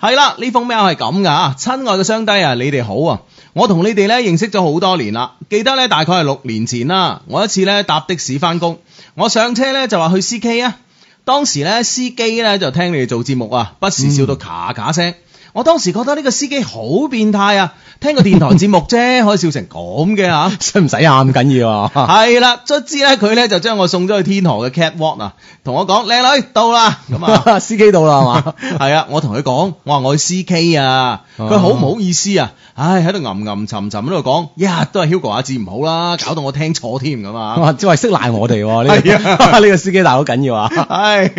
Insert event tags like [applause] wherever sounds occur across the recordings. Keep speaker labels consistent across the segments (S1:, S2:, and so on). S1: 係啦，呢封 mail 係咁噶啊，親愛嘅雙低啊，你哋好啊！我同你哋咧認識咗好多年啦，記得咧大概係六年前啦，我一次咧搭的士翻工，我上車咧就話去 C K 啊，當時咧司機咧就聽你哋做節目啊，不時笑到咔咔聲。我當時覺得呢個司機好變態啊！聽個電台節目啫， [laughs] 可以笑成咁嘅嚇。
S2: 使唔使啊？咁緊要啊！
S1: [laughs] 係啦，卒之咧佢咧就將我送咗去天河嘅 catwalk 啊，同我講靚女到啦咁啊。
S2: 司機到啦，係嘛？
S1: [laughs] 係啊，我同佢講，我話我去 CK 啊，佢好唔好意思啊？唉，喺度吟吟沉沉喺度講，一日都係 Hugo 阿志唔好啦，搞到我聽錯添咁啊！
S2: [laughs] 哇！即係識賴我哋喎，呢
S1: 係
S2: 個 [laughs] 呢個司機大佬緊要啊！
S1: [laughs] 唉，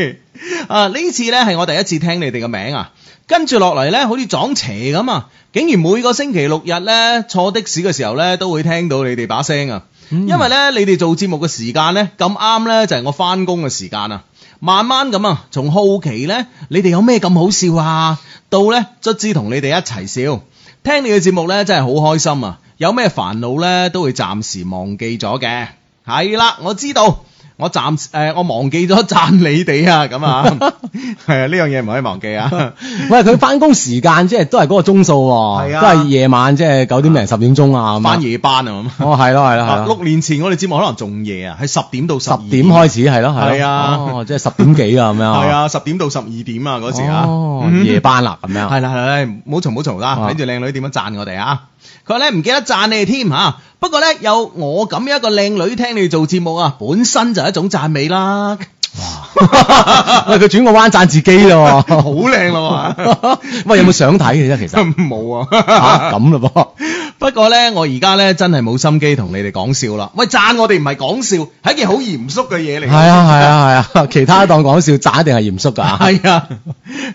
S1: 啊呢次呢係我第一次聽你哋嘅名啊，跟住落嚟呢，好似撞邪咁啊！竟然每個星期六日呢，坐的士嘅時候呢，都會聽到你哋把聲啊！因為呢，你哋做節目嘅時間呢，咁啱呢，就係我翻工嘅時間啊！慢慢咁啊，從好奇呢，你哋有咩咁好笑啊，到呢，卒之同你哋一齊笑，聽你嘅節目呢，真係好開心啊！有咩煩惱呢，都會暫時忘記咗嘅。係啦，我知道，我暫誒、呃我忘記咗讚你哋啊，咁啊，
S2: [laughs]
S1: 係啊，呢樣嘢唔可以忘記啊。
S2: 喂，佢翻工時間即係都係嗰個鐘數喎，
S1: 係啊
S2: 都係夜晚即係九點零十點鐘啊咁
S1: 翻
S2: 啊。
S1: 夜班啊，咁
S2: 哦，係咯係咯
S1: 啊
S2: 係咯，
S1: 六年前我哋節目可能仲夜啊，係十點到十
S2: 十點開始係咯係咯。
S1: 係啊
S2: 哦，即係十點幾啊咁樣。
S1: 係，啊，十點到十二點啊，嗰時啊，
S2: 哦，
S1: 嗯
S2: 夜班啦咁樣。
S1: 係啦係啦，唔好嘈唔好嘈啦，
S2: 啊
S1: 睇住靚女點樣讚我哋啊！佢話咧唔記得讚你哋添嚇，不過咧有我咁樣一個靚女聽你哋做節目啊，本身就係一種讚美啦，
S2: [laughs] 喂，佢轉個彎讚自己咯 [laughs]
S1: 好
S2: 喎。
S1: 靚咯喎
S2: 喂，有冇想睇嘅啫？其
S1: [laughs]
S2: 實
S1: 冇
S2: 嚇
S1: 啊！ [laughs]
S2: 咁嘞噃。
S1: 不過咧，我而家咧真係冇心機同你哋講笑啦。喂，讚我哋唔係講笑，係一件好嚴肅嘅嘢嚟。
S2: 係啊係啊係啊，其他當講笑，讚一定係嚴肅
S1: [laughs]
S2: 㗎。
S1: 係啊，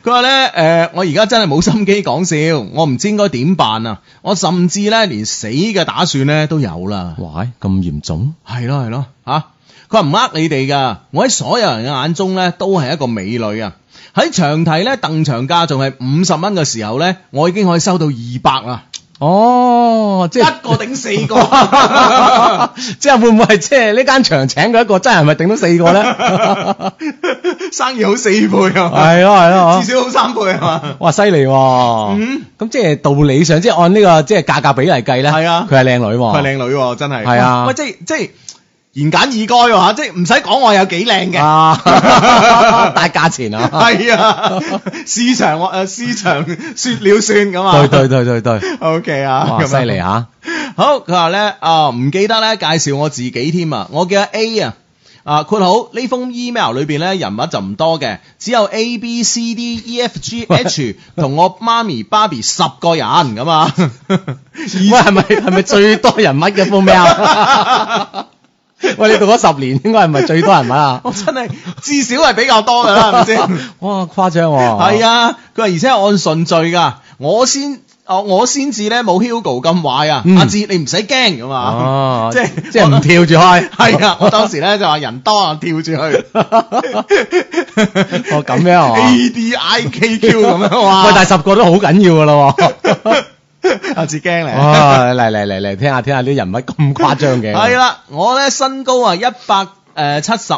S1: 佢話咧，誒、我而家真係冇心機講笑，我唔知應該點辦啊！我甚至咧連死嘅打算咧都有啦。
S2: 喂，咁嚴重？
S1: 係咯係咯嚇，佢話唔呃你哋㗎，我喺所有人嘅眼中咧都係一個美女啊！喺長堤咧鄧長價仲係五十蚊嘅時候咧，我已經可以收到二百啦，
S2: 哦，即
S1: 一
S2: [laughs] 係
S1: 個頂四
S2: [laughs]
S1: 個。
S2: 啊即係會唔會係即係呢間場請佢一個，真係咪頂到四個咧？
S1: [laughs] 生意好四倍啊嘛，
S2: 係咯哦係咯哦
S1: 至，少好三倍啊嘛。
S2: 哇犀利喎
S1: 嗯！
S2: 咁即係道理上，即係按呢個即係價格比例計咧，
S1: 係啊
S2: 佢係靚女
S1: 佢係
S2: 喎，
S1: 靚女喎，真係。
S2: 哦係啊
S1: 喂，即係即係言簡意賅喎嚇，即係唔使講我有幾靚嘅。 [laughs]
S2: 啊，大價錢啊！
S1: 係啊， [laughs] 市場誒市場説了算咁啊。
S2: 對
S1: [laughs]
S2: 對對對對，
S1: O K 啊，
S2: 哇
S1: 咁
S2: 犀
S1: 樣
S2: 利！嚇！
S1: 好，佢話咧啊，唔記得咧介紹我自己添啊，我叫 A 啊。啊，括號呢封 email 裏邊咧人物就唔多嘅，只有 A B C D E F G H 同我媽咪、爸比十個人咁
S2: [laughs]
S1: 啊。
S2: 喂，
S1: [laughs]
S2: 係咪係咪最多人物嘅封 mail？喂，你
S1: [laughs]
S2: 讀咗十年，應該係咪最多人物啊？
S1: 我真係至少係比較多㗎啦，係咪
S2: [laughs]
S1: 先？
S2: 哇，誇張喎！
S1: 係啊，佢話而且係按順序㗎，我先哦我先至咧冇 Hugo 咁壞啊，
S2: 嗯
S1: 阿志你唔使驚㗎嘛。
S2: 哦，
S1: [laughs] 即係
S2: 即係即係唔跳住開，
S1: 係啊，我當時咧就話人多啊，跳住
S2: [laughs]
S1: 去。哦
S2: 哦咁樣啊
S1: A D I Q Q 咁樣哇！
S2: 喂，但係十個都好緊要噶咯
S1: [laughs]
S2: 喎，
S1: 阿志驚嚟。
S2: 哇嚟嚟嚟嚟，聽下聽下啲人物咁誇張嘅，
S1: 係，啊啦，我咧身高啊一百誒七十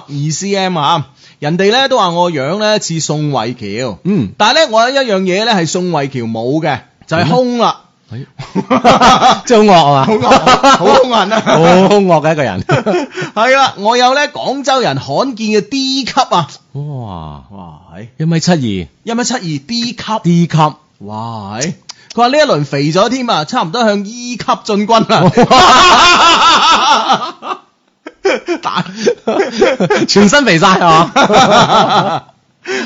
S1: 二 cm 啊，人哋咧都話我樣咧似宋慧喬，
S2: 嗯，
S1: 但係咧我有一樣嘢咧係宋慧喬冇嘅，就係、胸啦，
S2: [laughs] 即係好惡
S1: [laughs]
S2: 啊
S1: 好
S2: 嘛，
S1: 惡，好兇狠
S2: 好
S1: 啊！ [laughs]
S2: 惡嘅一個人，
S1: 係啦，我有咧廣州人罕見嘅 D 級啊，
S2: 哇，
S1: 哇，係
S2: 一米七二
S1: 一米七二 D 級，
S2: D 級， [laughs]
S1: 哇，係佢話呢一輪肥咗添啊，差唔多向 E 級進軍啦。 [laughs] 打
S2: 全身肥晒啊！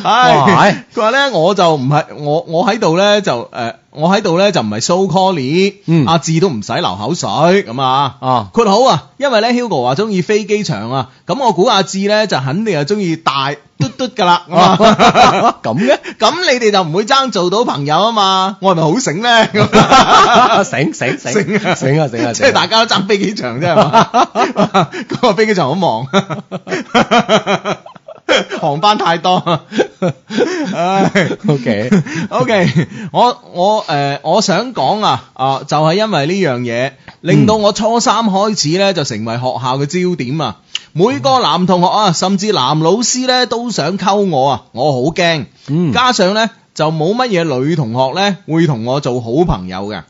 S1: 唉，佢話咧，我就唔係我我喺度咧就誒、呃我喺度咧就唔係 so cally，、
S2: 嗯
S1: 阿志都唔使流口水咁啊。
S2: 啊
S1: 括好啊，因為咧 Hugo 話中意飛機場啊，咁我估阿志咧就肯定係中意大嘟嘟噶啦。咁啊
S2: 咁嘅
S1: [laughs] 咁你哋就唔會爭做到朋友啊嘛？我係咪好醒咧？咁
S2: [laughs] 醒醒醒
S1: 醒啊
S2: 醒啊醒
S1: [laughs]
S2: 啊，
S1: 即係大家都爭飛機場啫，係
S2: [laughs]
S1: 嘛？嗰個飛機場好忙，航班太多。唉
S2: OK，
S1: OK，我我誒、呃我想講啊啊，就係、因為呢樣嘢，令
S2: 嗯
S1: 到我初三開始咧就成為學校嘅焦點啊！每個男同學啊，甚至男老師咧都想溝我啊，我好驚。
S2: 嗯
S1: 加上咧就冇乜嘢女同學咧會同我做好朋友嘅。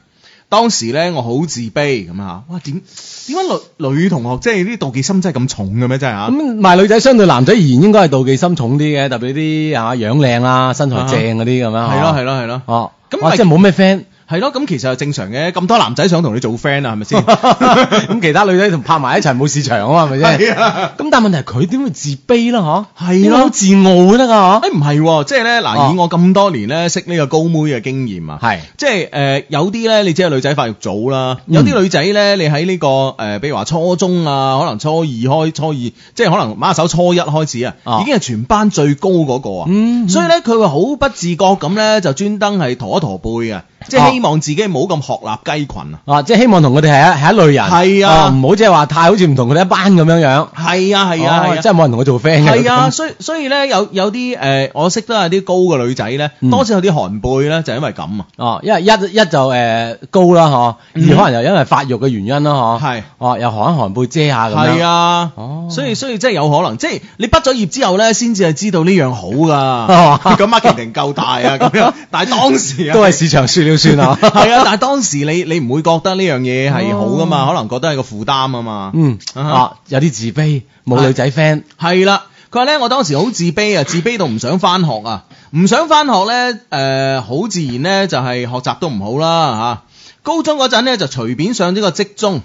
S1: 當時咧我好自卑咁啊！哇，點點解女女同學即係啲妒忌心真係咁重嘅咩？真係啊！
S2: 咁賣女仔相對男仔而言應該係妒忌心重啲嘅，特別啲係嘛樣靚啊、身材正嗰啲咁樣。
S1: 係咯係咯係咯，
S2: 哦，
S1: 咁
S2: 咁
S1: 咪
S2: 即係冇咩 friend，
S1: 係咯，咁其實係正常嘅。咁多男仔想同你做 friend 啊，係咪先？
S2: [laughs] 咁其他女仔同拍埋一齊冇市場啊嘛，係咪先？
S1: 係啊
S2: 咁但係問題係佢點會自卑啦？嗬，
S1: 係咯啊
S2: 應該好自傲啊得㗎
S1: 哎誒唔係喎，即係咧嗱，
S2: 哦
S1: 以我咁多年咧識呢個高妹嘅經驗啊
S2: 嗬，，係
S1: 即係誒、呃有啲咧，你知係女仔發育早啦，
S2: 嗯
S1: 有啲女仔咧，你喺呢、個誒、呃比如話初中啊，可能初二開初二，即係可能馬手初一開始啊，
S2: 啊
S1: 已經係全班最高嗰個啊，
S2: 嗯嗯
S1: 所以咧佢會好不自覺咁咧，就專登係駝一駝背啊，即係
S2: 啊
S1: 希望自己冇咁鶴立雞群啊。
S2: 啊，即係希望同佢哋係一係一類人，
S1: 係啊
S2: 哦唔好即係話太好似唔同佢哋一班咁樣樣。
S1: 係啊係啊
S2: 哦
S1: 係啊，
S2: 真係冇人同佢做 friend 嘅。
S1: 係啊，所以所以咧有有啲誒、呃我識得有啲高嘅女仔咧，
S2: 嗯
S1: 多少有啲寒背咧，就因為咁啊。
S2: [laughs] 哦，因為一一就誒高啦，
S1: 嗯
S2: 嗬，二可能又因為發育嘅原因啦，嗬，
S1: 係
S2: 哦，又寒寒背遮下咁樣。
S1: 係啊，
S2: 哦
S1: 所以所以即係有可能，即係你畢咗業之後咧，先至係知道呢樣好
S2: 嘛
S1: 噶。咁 marketing 夠大
S2: [laughs]
S1: 啊，咁樣。但係當時啊，
S2: 哦都係市場説了算啊。
S1: 係啊，但係當時你你唔會覺得呢樣嘢係好噶嘛，可能覺得係個負擔啊嘛。
S2: 哦嗯
S1: 啊哈啊
S2: 啊，有啲自卑，冇女仔 friend
S1: 係啦，佢話咧，我當時好自卑啊，自卑到唔想翻學啊，唔想翻學咧，誒、好自然咧就係學習都唔好啦嚇、高中嗰陣咧就隨便上咗個職中。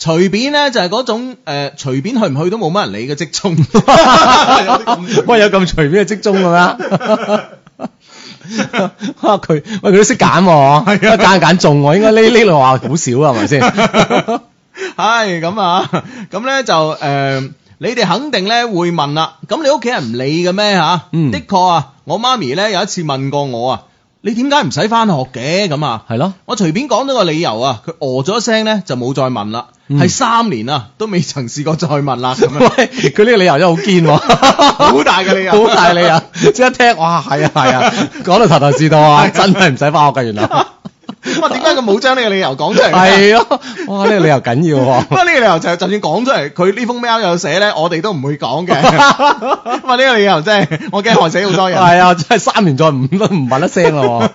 S1: 隨便咧就係嗰種誒、呃，隨便去唔去都冇乜人理嘅職中，有啲
S2: [laughs]
S1: 咁
S2: 喂，有咁隨便嘅職中嘅咩？ [laughs] 啊佢喂佢都識揀喎，一揀就揀中喎，應該呢呢類學校好少啊，係咪先？ [laughs]
S1: 係咁啊，咁咧就誒、呃你哋肯定咧會問啦，咁你屋企人唔理嘅咩嚇？
S2: 嗯
S1: 的確啊，我媽咪咧有一次問過我啊，你點解唔使翻學嘅咁啊？
S2: 係咯，
S1: 我隨便講咗個理由啊，佢哦咗一聲咧就冇再問啦，
S2: 嗯
S1: 係、三年啊都未曾試過再問
S2: [laughs]
S1: 啦，咁
S2: 喂
S1: 樣
S2: 佢呢個理由 [laughs] 真係好啊堅喎。
S1: 好大嘅理由，
S2: 好大理由，即係一聽，哇，係啊，係啊，講到頭頭是道 [laughs] 啊，真係唔啊使翻學噶，原來
S1: 哇，啊點解佢冇將呢個理由講出嚟嘅？
S2: 係咯，哇，呢個理由緊要喎
S1: 不，過呢個理由就係就算講出嚟，佢呢封 mail 有寫咧，我哋都唔會講嘅。
S2: [laughs]
S1: 哇！呢個理由真係，我驚害死好多人。
S2: 係啊，真係三年再唔都唔問一聲咯，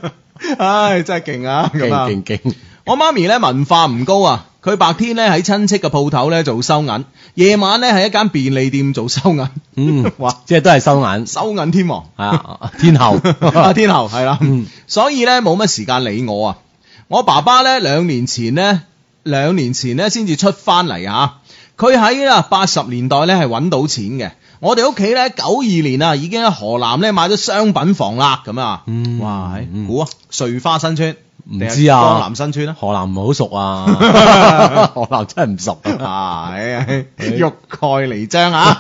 S1: 唉，真係勁啊！
S2: 勁
S1: 咁啊，
S2: 勁勁，
S1: 我媽咪咧文化唔高啊，佢白天咧喺親戚嘅鋪頭咧做收銀，夜晚咧喺一間便利店做收銀，
S2: 嗯，
S1: [laughs] 哇，
S2: 即係都係收眼
S1: 收銀天王。
S2: 啊，天 [laughs] 后
S1: [laughs] 啊天后係啦
S2: 嗯，
S1: 所以咧冇乜時間理我啊。我爸爸咧兩年前咧，兩年前咧先至出翻嚟啊。佢喺啦八十年代咧係揾到錢嘅。我哋屋企咧九二年啊已經喺河南咧買咗商品房啦，咁啊
S2: 嗯，
S1: 哇，係
S2: 嗯
S1: 估啊，穗花新村
S2: 唔
S1: 定係
S2: 知啊
S1: 江南新村啊。 [laughs]
S2: 河南唔係好熟啊，河南真係唔熟 [laughs] 啊，
S1: 啊，唉欲蓋彌彰
S2: [laughs]
S1: 啊！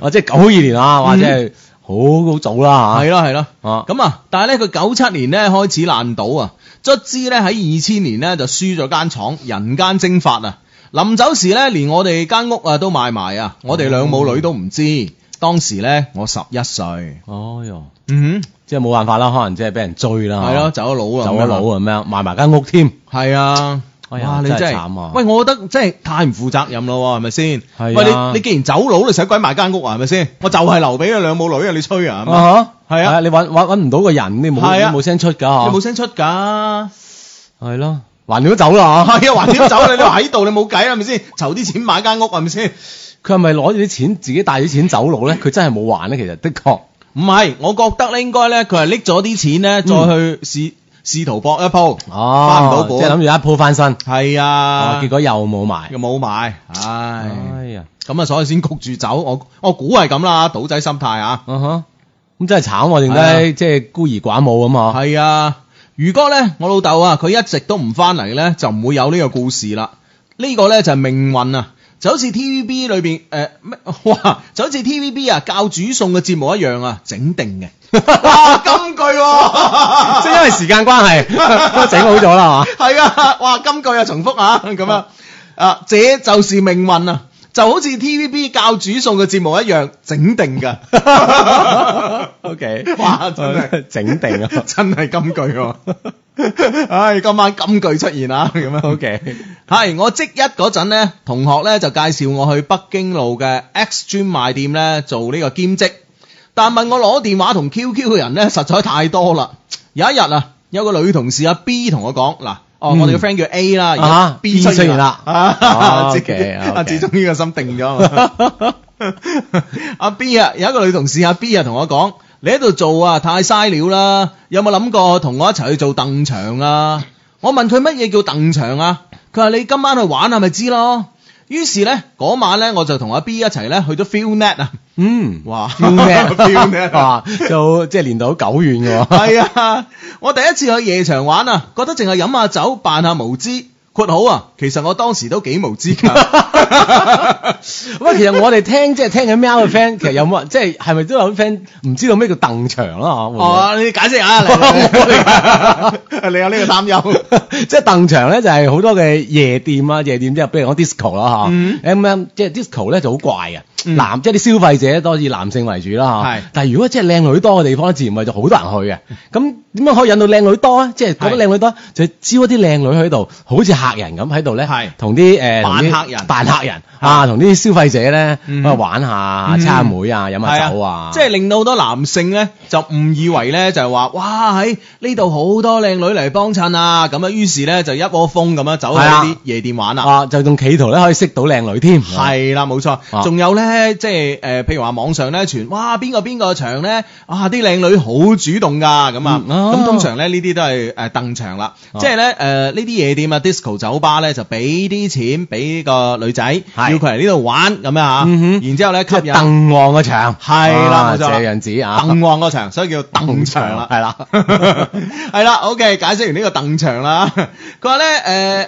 S2: 啊，即係九二年啊，哇，
S1: 嗯
S2: 即係好好早啦
S1: 係咯係咯，
S2: 啊
S1: 咁啊，但係咧佢九七年咧開始爛賭啊，卒之咧喺二千年咧就輸咗間廠，人間蒸發啊！臨走時咧，連我哋間屋啊都賣埋啊，我哋兩母女都唔知。當時咧我十一歲，
S2: 嚇，哦哟，
S1: 嗯
S2: 即係冇辦法啦，可能即係俾人追啦，
S1: 係咯，走咗佬啊，
S2: 走咗佬咁樣，賣埋間屋添。
S1: 係啊。
S2: 哎呀
S1: 哇！你
S2: 真係
S1: 真
S2: 慘
S1: 係
S2: 啊，
S1: 喂，我覺得真係太唔負責任咯，係咪先？
S2: 係
S1: 喂，
S2: 啊
S1: 你你既然走佬，你使鬼買間屋啊？係咪先？我就係留俾佢兩母女啊！你吹啊？係咪
S2: 啊哈，
S1: 係啊
S2: 你揾揾揾唔到個人，你冇
S1: 係啊
S2: 你冇聲出㗎
S1: 你冇
S2: 嗬，
S1: 聲出㗎。
S2: 係咯，還料都走啦嗬，
S1: 係啊，還點走你都喺度，你冇計啦，係咪
S2: [laughs]
S1: 先？籌啲錢買間屋係咪先？
S2: 佢係咪攞住啲錢自己帶啲錢走佬咧？佢真係冇還咧，其實的確，
S1: 唔係，我覺得咧應該咧，佢係拎咗啲錢咧，再去試試圖搏一鋪。翻唔到
S2: 嗯哦，
S1: 本
S2: 即係諗住一鋪翻身，
S1: 係
S2: 哦
S1: 啊，
S2: 結果又冇埋，
S1: 又冇買，
S2: 哎
S1: 唉，
S2: 呀，
S1: 咁啊，所以先焗住走。我我估係咁啦，賭仔心態啊。
S2: 啊哈，咁真係啊慘喎，剩
S1: 係
S2: 低即係孤兒寡母咁嗬，
S1: 係啊，如果咧我老豆啊，佢一直都唔翻嚟咧，就唔會有呢個故事啦。呢、個咧就係命運啊，就好似 TVB 裏邊誒咩 [laughs] 哇，就好似 TVB 啊教煮餸嘅節目一樣啊，整定嘅。哇，金句喎、 [laughs]
S2: 即係啊因為時間關係， [laughs] 整好咗啦嚇，
S1: 係啊，哇，金句啊，重複啊，咁啊，啊，這就是命運啊，就好似 TVB 教煮餸嘅節目一樣，整定㗎。
S2: O K， [laughs]
S1: 哇真係
S2: 整定啊
S1: 真係金句喎、唉，今晚金句出現啊，咁樣。
S2: ，O K，
S1: 係我職一嗰陣咧，同學咧就介紹我去北京路嘅 X 專賣店咧做呢個兼職。但問我攞電話同 QQ 嘅人咧，實在太多啦。有一日啊，有個女同事阿 B 同我講嗱。哦，
S2: 嗯
S1: 我哋個 friend 叫 A 啦，而家
S2: 啊
S1: B
S2: ，B
S1: 出
S2: 出
S1: 現
S2: 現
S1: 啦
S2: 啦，
S1: 啊
S2: OK，OK
S1: 阿志終於個心定咗啊嘛。 [laughs] 阿 B 啊，有一個女同事阿 B 啊同我講：你喺度做啊，太嘥料啦！有冇諗過同我一齊去做蹬場啊？我問佢乜嘢叫蹬場啊？佢話你今晚去玩啊，咪知咯。於是咧嗰晚咧，我就同阿 B 一齊咧去咗 FeelNet 啊。
S2: 嗯，
S1: 哇
S2: ，feel [laughs] 咩
S1: feel [laughs] 咩
S2: 哇，就即係連到好久遠嘅喎。
S1: 係啊，我第一次去夜場玩啊，覺得淨係飲下酒，扮下無知。括好啊，其實我當時都幾無知㗎。
S2: 喂，啊其實我哋聽即係聽緊喵嘅 friend，其實有冇人即係係咪都有啲 friend 唔知道咩叫蹬牆啦？嚇會唔會
S1: 哦，你解釋下，嚟嚟嚟你有呢個擔憂。
S2: [laughs] 即係鄧場咧，就係好多嘅夜店啦，夜店即係譬如講 disco 啦
S1: 嗯
S2: 嚇，咁樣即係 disco 咧就好怪嘅，
S1: 嗯
S2: 男即係啲消費者多以男性為主
S1: 係
S2: 啦
S1: 嗯
S2: 嚇，但係如果即係靚女多嘅地方咧，自然咪就好多人去嘅。咁點樣可以引到靚女多咧？即係覺
S1: 係
S2: 得靚女多，就招一啲靚女喺度，好似客人咁喺度咧
S1: 係，
S2: 同啲誒
S1: 扮
S2: 同啲
S1: 客人
S2: 扮客人啊，同啲消費者咧
S1: 嗯
S2: 喺度玩下、
S1: 嗯
S2: 猜下妹啊、飲
S1: 係
S2: 下酒啊，
S1: 即係令到好多男性咧就誤以為咧就係話，哇喺呢度好多靚女嚟幫襯啊，咁啊，於是咧就一窩蜂咁樣走去
S2: 係
S1: 呢
S2: 啊
S1: 啲夜店玩啦。
S2: 啊，就仲企圖咧可以識到靚女添。
S1: 係啦，冇錯，
S2: 啊
S1: 仲有咧，即係誒、呃譬如話網上咧傳，哇，邊個邊個場咧，啊，啲靚女好主動㗎，咁啊，咁、
S2: 嗯哦
S1: 通常咧呢啲都係誒凳場啦，
S2: 哦
S1: 即係咧誒呢啲夜店啊、disco 酒吧咧就俾啲錢俾個女仔，要
S2: 係
S1: 佢嚟呢度玩咁樣啊，
S2: 嗯哼
S1: 然之後咧吸
S2: 即係
S1: 引。
S2: 鄧旺個場，
S1: 係啦
S2: 啊
S1: 冇錯啦
S2: 這樣子啊，嗯
S1: 鄧旺個場，所以叫鄧場啦，
S2: 係啦
S1: 係啦，OK，解 [laughs] 釋完呢個鄧場啦。佢話咧，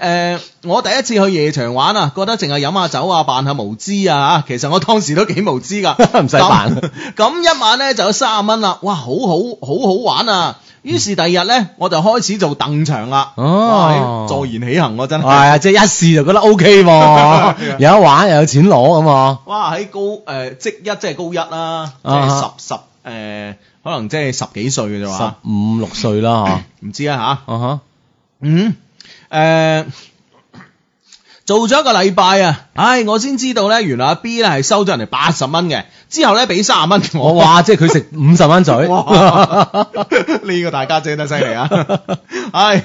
S1: 誒、誒、我第一次去夜場玩啊，覺得淨係飲下酒啊，扮下無知啊，其實我當時都幾無知噶，
S2: [laughs] 唔使扮
S1: 咁咁一晚咧就有三十蚊啦，哇，好好好好玩啊！於是第二日咧，我就開始做鄧場啦。
S2: 哦
S1: 哇坐言起行我真
S2: 係
S1: 係。
S2: 啊，即係一試就覺得 O K
S1: [laughs]
S2: 喎，有得玩又有錢攞咁啊喎。
S1: 哇！喺高誒、即一即係高一啦，即係
S2: 啊
S1: 十十誒、可能即係十幾歲嘅啫嘛，
S2: 十五六歲
S1: [laughs]
S2: 啦
S1: 唔知啊嚇。
S2: 嚇，啊哈，
S1: 嗯，诶、做咗一個禮拜啊，唉，我先知道咧，原來阿 B 咧係收咗人哋八十蚊嘅，之後咧俾三十蚊
S2: 我
S1: 我。
S2: 話即係
S1: [laughs]
S2: 佢食五十蚊嘴，
S1: 哇！ [laughs] 呢個大家姐得犀利啊！唉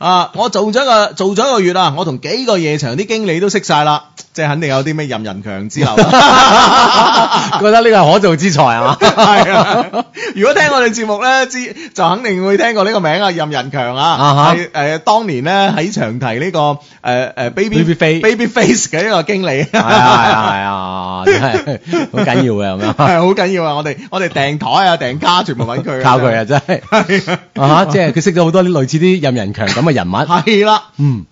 S1: 啊，我做咗一個做咗一個月啊，我同幾個夜場啲經理都識晒啦，即係肯定有啲咩任人強之流啊啦。
S2: 覺得呢個係可造之才係
S1: [laughs]
S2: 嘛？
S1: 係啊！如果聽我哋節目咧，知就肯定會聽過呢個名啊，任人強
S2: 啊
S1: 啊，
S2: 哈
S1: 係誒當年咧喺長堤呢個誒誒 baby
S2: Baby Face
S1: baby face 嘅一個經理。
S2: 係啊係啊係啊，真係好緊要嘅咁
S1: [laughs] 係
S2: 樣，
S1: 好緊要啊！我哋我哋訂台啊、訂家全部揾佢，
S2: 靠佢啊！真係
S1: 係啊！
S2: 啊哈，即係佢識咗好多啲類似啲任人強咁嘅人物，
S1: 係啦。
S2: 嗯，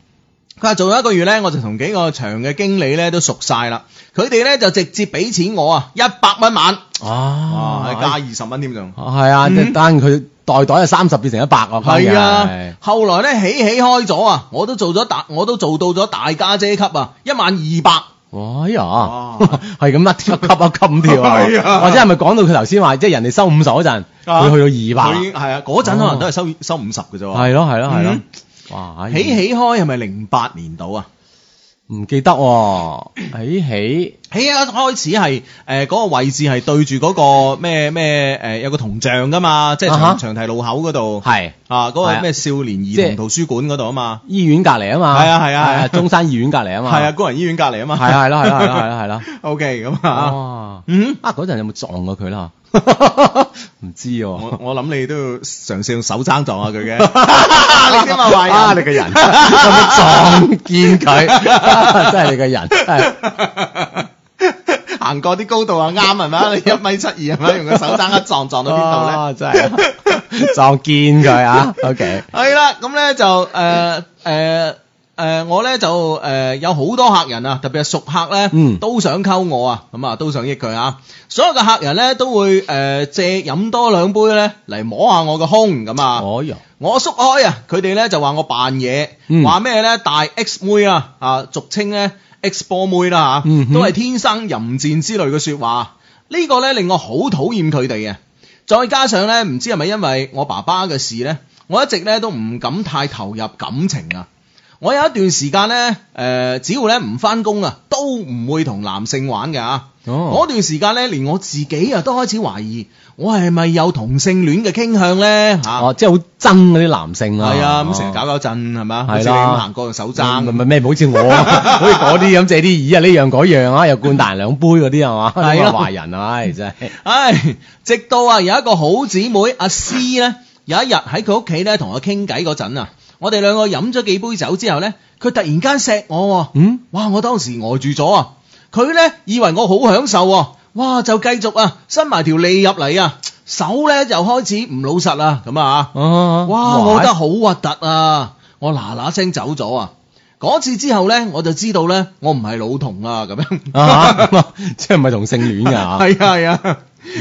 S1: 佢話做咗一個月咧，我就同幾個場嘅經理咧都熟晒啦。佢哋咧就直接俾錢我啊，一百蚊晚，哇，加
S2: 啊，
S1: 二十蚊添仲。
S2: 係啊，即
S1: 嗯
S2: 係單佢袋袋係三十變成一百啊，關
S1: 係
S2: 鍵
S1: 啊，後來咧起起開咗啊，我都做咗大，我都做到咗大家姐級啊，一萬二百。
S2: 哎呀，
S1: 哇
S2: [laughs]
S1: [laughs]
S2: 係咁一級一級一級咁跳啊！
S1: 啊係啊
S2: 或者係咪講到佢頭先話，即係人哋收五十嗰陣，佢去到二百
S1: 佢，係啊，嗰陣可能都係收收五十嘅啫喎。
S2: 係咯係咯係
S1: 嗯
S2: 咯，哇！哎
S1: 起起開係咪零八年度啊？
S2: 唔記得喎，起起
S1: 起起開始係誒嗰個位置係對住嗰個咩咩誒有個銅像噶嘛，即係
S2: 啊
S1: 長
S2: 哈
S1: 長堤路口嗰度
S2: 係
S1: 啊，嗰
S2: 係
S1: 個
S2: 啊
S1: 咩少年
S2: 即
S1: 兒童圖
S2: 係
S1: 書館嗰度啊嘛，
S2: 醫院隔離啊嘛，
S1: 係啊係啊係啊
S2: 係中山醫院隔離啊嘛，
S1: 係啊，，工人醫院隔離啊嘛，
S2: 係啊係咯係咯係咯係咯係咯，
S1: [laughs] ，OK 咁啊，
S2: 哇！
S1: 嗯。
S2: 啊嗰陣有冇撞過
S1: [laughs]
S2: 佢啦？唔知喎。
S1: 我我諗你都要嘗試用手踭撞下佢嘅， [laughs] 你先嘛壞
S2: 啊！你個人有冇 [laughs] 撞見佢？ [laughs] 真係你個人，真係
S1: [laughs] 行過啲高度啊啱係咪啊？你一米七二係咪？用個手踭一撞撞到邊
S2: 啊真係
S1: [laughs]
S2: 撞見佢啊！OK，
S1: 度 [laughs] 咧？係啦，咁咧就誒誒誒，我咧就誒、有好多客人啊，特別係熟客咧，
S2: 嗯
S1: 都想溝我啊，咁啊都想益佢啊。所有嘅客人咧都會誒、呃借飲多兩杯咧嚟摸下我個胸咁啊。
S2: 哦哟，
S1: 我縮開啊，佢哋咧就話我扮嘢，
S2: 嗯
S1: 話咩咧大 X 妹啊，啊俗稱咧 X 波妹啦嚇，
S2: 嗯哼
S1: 都係天生淫賤之類嘅説話。呢個咧令我好討厭佢哋嘅。再加上咧，唔知係咪因為我爸爸嘅事咧，我一直咧都唔敢呃太投入感情啊。我有一段時間咧，誒、只要咧唔翻工啊，都都唔會同男性玩嘅啊。
S2: 哦
S1: 嗰段時間咧，連我自己啊都開始懷疑，我係咪有同性戀嘅傾向咧？嚇、
S2: 哦，即係好憎嗰啲男性啊，
S1: 啊係啊，咁成日搞搞震係嘛，好似
S2: 係
S1: 你咁
S2: 啦
S1: 行過用手
S2: 爭
S1: 踭
S2: 咁
S1: 咁
S2: 咪咩？好似我啊， [laughs] 好似嗰啲咁借啲耳啊，呢樣嗰樣啊，又灌大人兩杯嗰啲係嘛，
S1: 係咯
S2: 咁啊壞人啊，唉真係。
S1: 唉，直到啊有一個好姊妹阿詩咧，有一日喺佢屋企咧同我傾偈嗰陣啊，我哋兩個飲咗幾杯酒之後咧，佢突然間錫我喎，
S2: 嗯，
S1: 哇！我當時呆住咗啊，佢咧以為我好享受喎，哇！就繼續啊伸埋條脷入嚟啊，手咧就開始唔老實啦，咁啊。
S2: 哦
S1: 哇！我覺得好核突啊！我嗱嗱聲走咗啊！嗰次之後咧，我就知道咧，我唔係老童啊，咁樣。
S2: 啊 [laughs] 嚇，即係唔係同性戀㗎嚇？
S1: 係 [laughs] 啊係啊，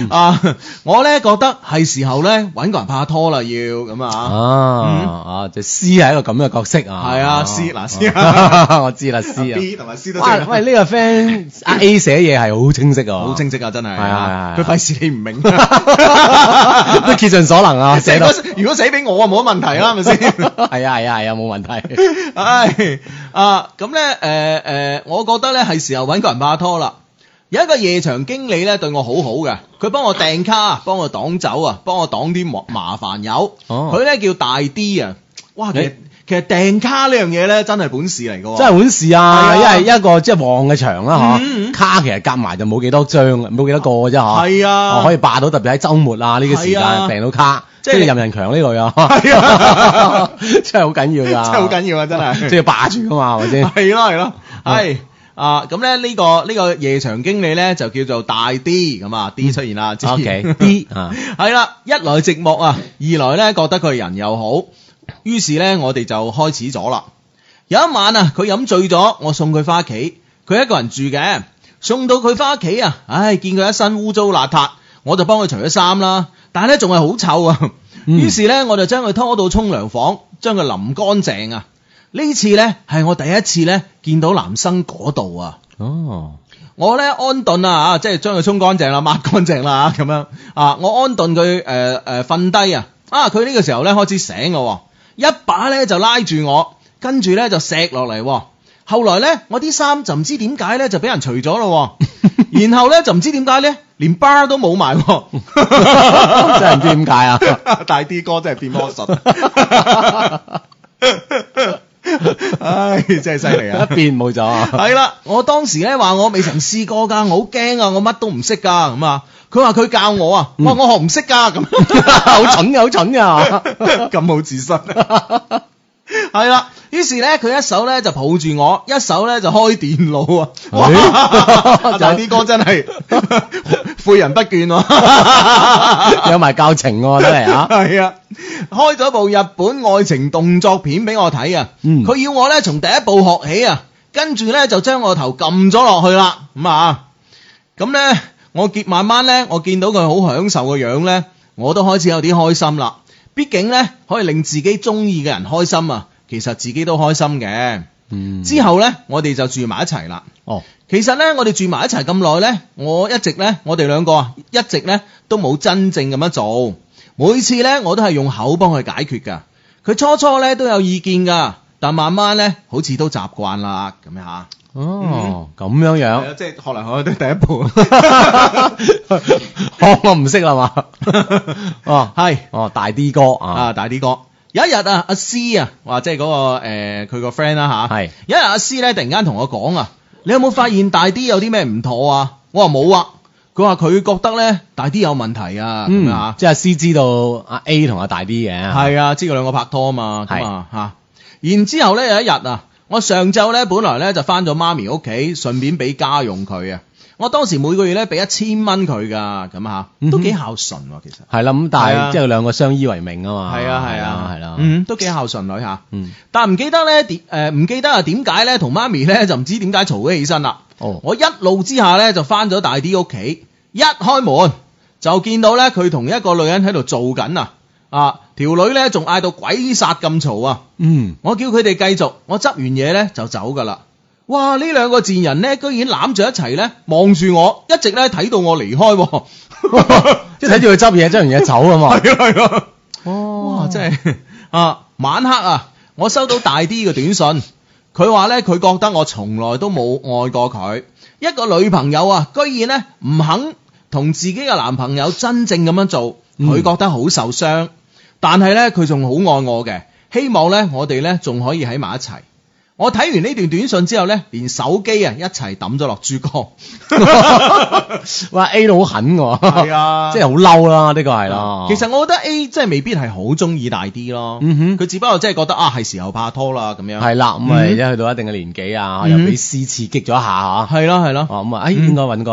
S1: 啊！我咧覺得係時候咧揾個人拍拖啦，要咁啊。
S2: 啊啊，就 C 係一個咁嘅角色啊。
S1: 係啊，C，嗱，C
S2: [laughs] 啊，我知啦，C 啊。
S1: 同埋 C
S2: 哇，喂，呢個 friend 阿 A 寫嘢係好清晰啊，
S1: 好清晰啊，真係。
S2: 係啊係啊
S1: 佢費事你唔明。
S2: [laughs] 都竭盡所
S1: [laughs]
S2: 能啊，
S1: 寫
S2: 寫到
S1: 到如果寫俾我啊，冇乜問題啦，係咪先？
S2: 係啊係啊係啊，冇問題。
S1: [laughs] 唉啊，咁咧誒誒，我覺得咧係時候揾個人拍拖啦。有一個夜場經理咧對我好好嘅，佢幫我訂卡，幫我擋酒啊，幫我擋啲麻麻煩友。
S2: 哦
S1: 佢咧叫大 D 啊，哇！其實其實訂卡呢樣嘢咧真係本事嚟嘅喎，
S2: 真係本事
S1: 係
S2: 啊！
S1: 啊
S2: 因為一個即係旺嘅場啦，
S1: 嗯嗯
S2: 嗬，卡其實夾埋就冇幾多張，冇幾多個嘅啫，嗬。
S1: 係啊
S2: 哦可以霸到特別喺週末啊呢個時間
S1: 係啊
S2: 訂到卡，
S1: 即
S2: 即
S1: 係
S2: 係任人強呢類啊，
S1: [laughs] 係啊
S2: [laughs] 真係好緊要
S1: [laughs] 真
S2: 㗎，
S1: 係好緊要啊！真係。
S2: [laughs] 即係霸住㗎嘛，係咪先？
S1: [laughs] 係咯係咯，
S2: 嗯
S1: 係啊咁咧呢個呢、個夜場經理咧就叫做大 D 咁啊 D 出現啦之前
S2: OK，D，啊
S1: [laughs] 係啦，一來寂寞啊，二來咧覺得佢人又好，於是咧我哋就開始咗啦。有一晚啊，佢飲醉咗，我送佢翻屋企，佢一個人住嘅，送到佢翻屋企啊，唉，見佢一身污糟邋遢，我就幫佢除咗衫啦，但係咧仲係好臭啊，
S2: 嗯
S1: 於是咧我就將佢拖到沖涼房，將佢淋乾淨啊。呢次呢，係我第一次呢見到男生嗰度啊！
S2: 哦，
S1: 我呢安頓啊，啊即係將佢沖乾淨啦、 [laughs] 抹乾淨啦咁樣啊！我安頓佢誒誒瞓低啊！啊，佢呢個時候呢開始醒咯喎，一把呢就拉住我，跟住呢就錫落嚟喎。後來呢，我啲衫就唔知點解呢就俾人除咗咯
S2: [laughs]
S1: 喎，然後呢就唔知點解呢連疤都冇埋喎。
S2: 真係唔知點解啊！
S1: [laughs] 大 D 哥真係變魔
S2: [laughs]
S1: 術，唉，真係犀利啊
S2: [laughs] 一！邊冇咗啊，
S1: [laughs] 係啦，我當時咧話我未曾試過㗎，我好驚啊，我乜都唔識㗎咁啊。佢話佢教我啊，我話我學唔識㗎咁，
S2: [laughs]
S1: [laughs]
S2: 好蠢嘅，好蠢嘅，
S1: 咁好自信。 [laughs] 係啦，於是咧佢一手咧就抱住我，一手咧就開電腦啊！哇， [laughs]
S2: 咦
S1: 大 D 哥真係 [laughs] 悔人不倦喎。
S2: 有埋教程喎，真
S1: [laughs]
S2: 係啊！
S1: 系啊，開咗部日本愛情動作片俾我睇啊，
S2: 嗯
S1: 佢、要我咧從第一步學起啊，跟住咧就將我頭撳咗落去啦，咁啊，咁咧我見慢慢咧，我見到佢好享受個樣咧，我都開始有啲開心啦。畢竟咧可以令自己中意嘅人開心啊，其實自己都開心嘅。
S2: 嗯，
S1: 之後咧，我哋就住埋一齊啦。
S2: 哦，
S1: 其實咧，我哋住埋一齊咁耐咧，我一直咧，我哋兩個啊，一直咧都冇真正咁樣做。每次咧，我都係用口幫佢解決噶。佢初初咧都有意見噶，但慢慢咧好似都習慣啦咁樣嚇。嗯
S2: 哦，咁樣樣。
S1: 即係學嚟學去都第一步。
S2: 我我唔識啦
S1: [laughs]
S2: 嘛。哦，
S1: 係
S2: 哦，大 D 哥啊，
S1: 啊，大啲哥。有一日啊，阿詩啊，話即係嗰個誒佢個 friend 啦嚇。
S2: 係
S1: 有一日阿詩咧，突然間同我講啊，你有冇發現大啲有啲咩唔妥啊？我話冇啊。佢話佢覺得咧大啲有問題啊咁樣嚇
S2: 嗯，。即係 C 知道阿 A 同阿大 D 嘅，
S1: 係啊，知佢兩個拍拖啊嘛，咁
S2: 係
S1: 啊嚇。然之後咧有一日啊，我上晝咧本來咧就翻咗媽咪屋企，順便俾家用佢啊。我當時每個月咧俾一千蚊佢噶，咁嚇
S2: 嗯哼
S1: 都幾孝順喎，其實。
S2: 係啦，咁
S1: 係啊
S2: 但係即係兩個相依為命啊嘛，
S1: 係啊係啊
S2: 係啦，
S1: 嗯，都幾孝順女嚇。
S2: 嗯，
S1: 但唔記得咧點誒唔記得啊點解咧同媽咪咧就唔知點解嘈咗起身啦。
S2: 哦，
S1: 我一路之下咧就翻咗大啲屋企，一開門就見到咧佢同一個女人喺度做緊啊！啊，條女咧仲嗌到鬼殺咁嘈啊！
S2: 嗯，
S1: 我叫佢哋繼續，我執完嘢咧就走噶啦。哇！呢兩個賤人咧，居然攬住一齊咧，望住我，一直咧睇到我離開喎。
S2: 即係睇住佢執嘢，執完嘢走啊嘛，
S1: [laughs] 係啊係啊！
S2: 哦
S1: 哇！真係啊，晚黑啊，我收到大啲嘅短信，佢話呢，佢覺得我從來都冇愛過佢。一個女朋友啊，居然呢唔肯同自己嘅男朋友真正咁樣做，
S2: 嗯
S1: 佢覺得好受傷。但係呢，佢仲好愛我嘅，希望呢，我哋呢仲可以喺埋一齊。我睇完呢段短信之後呢，連手機啊一齊抌咗落珠江。
S2: 哇 A 佬好狠喎，
S1: 係 [laughs] 啊
S2: 即係好嬲啦，呢個係啦。
S1: 其實我覺得 A 真係未必係好中意大啲咯，
S2: 哦嗯哼
S1: 佢只不過真係覺得啊係時候拍拖啦咁樣。
S2: 係啦，咁啊，
S1: 嗯
S2: 一去到一定嘅年紀啊，
S1: 嗯
S2: 又俾 C 刺激咗一下嚇，
S1: 係咯係咯，
S2: 哦咁啊，哎應該揾個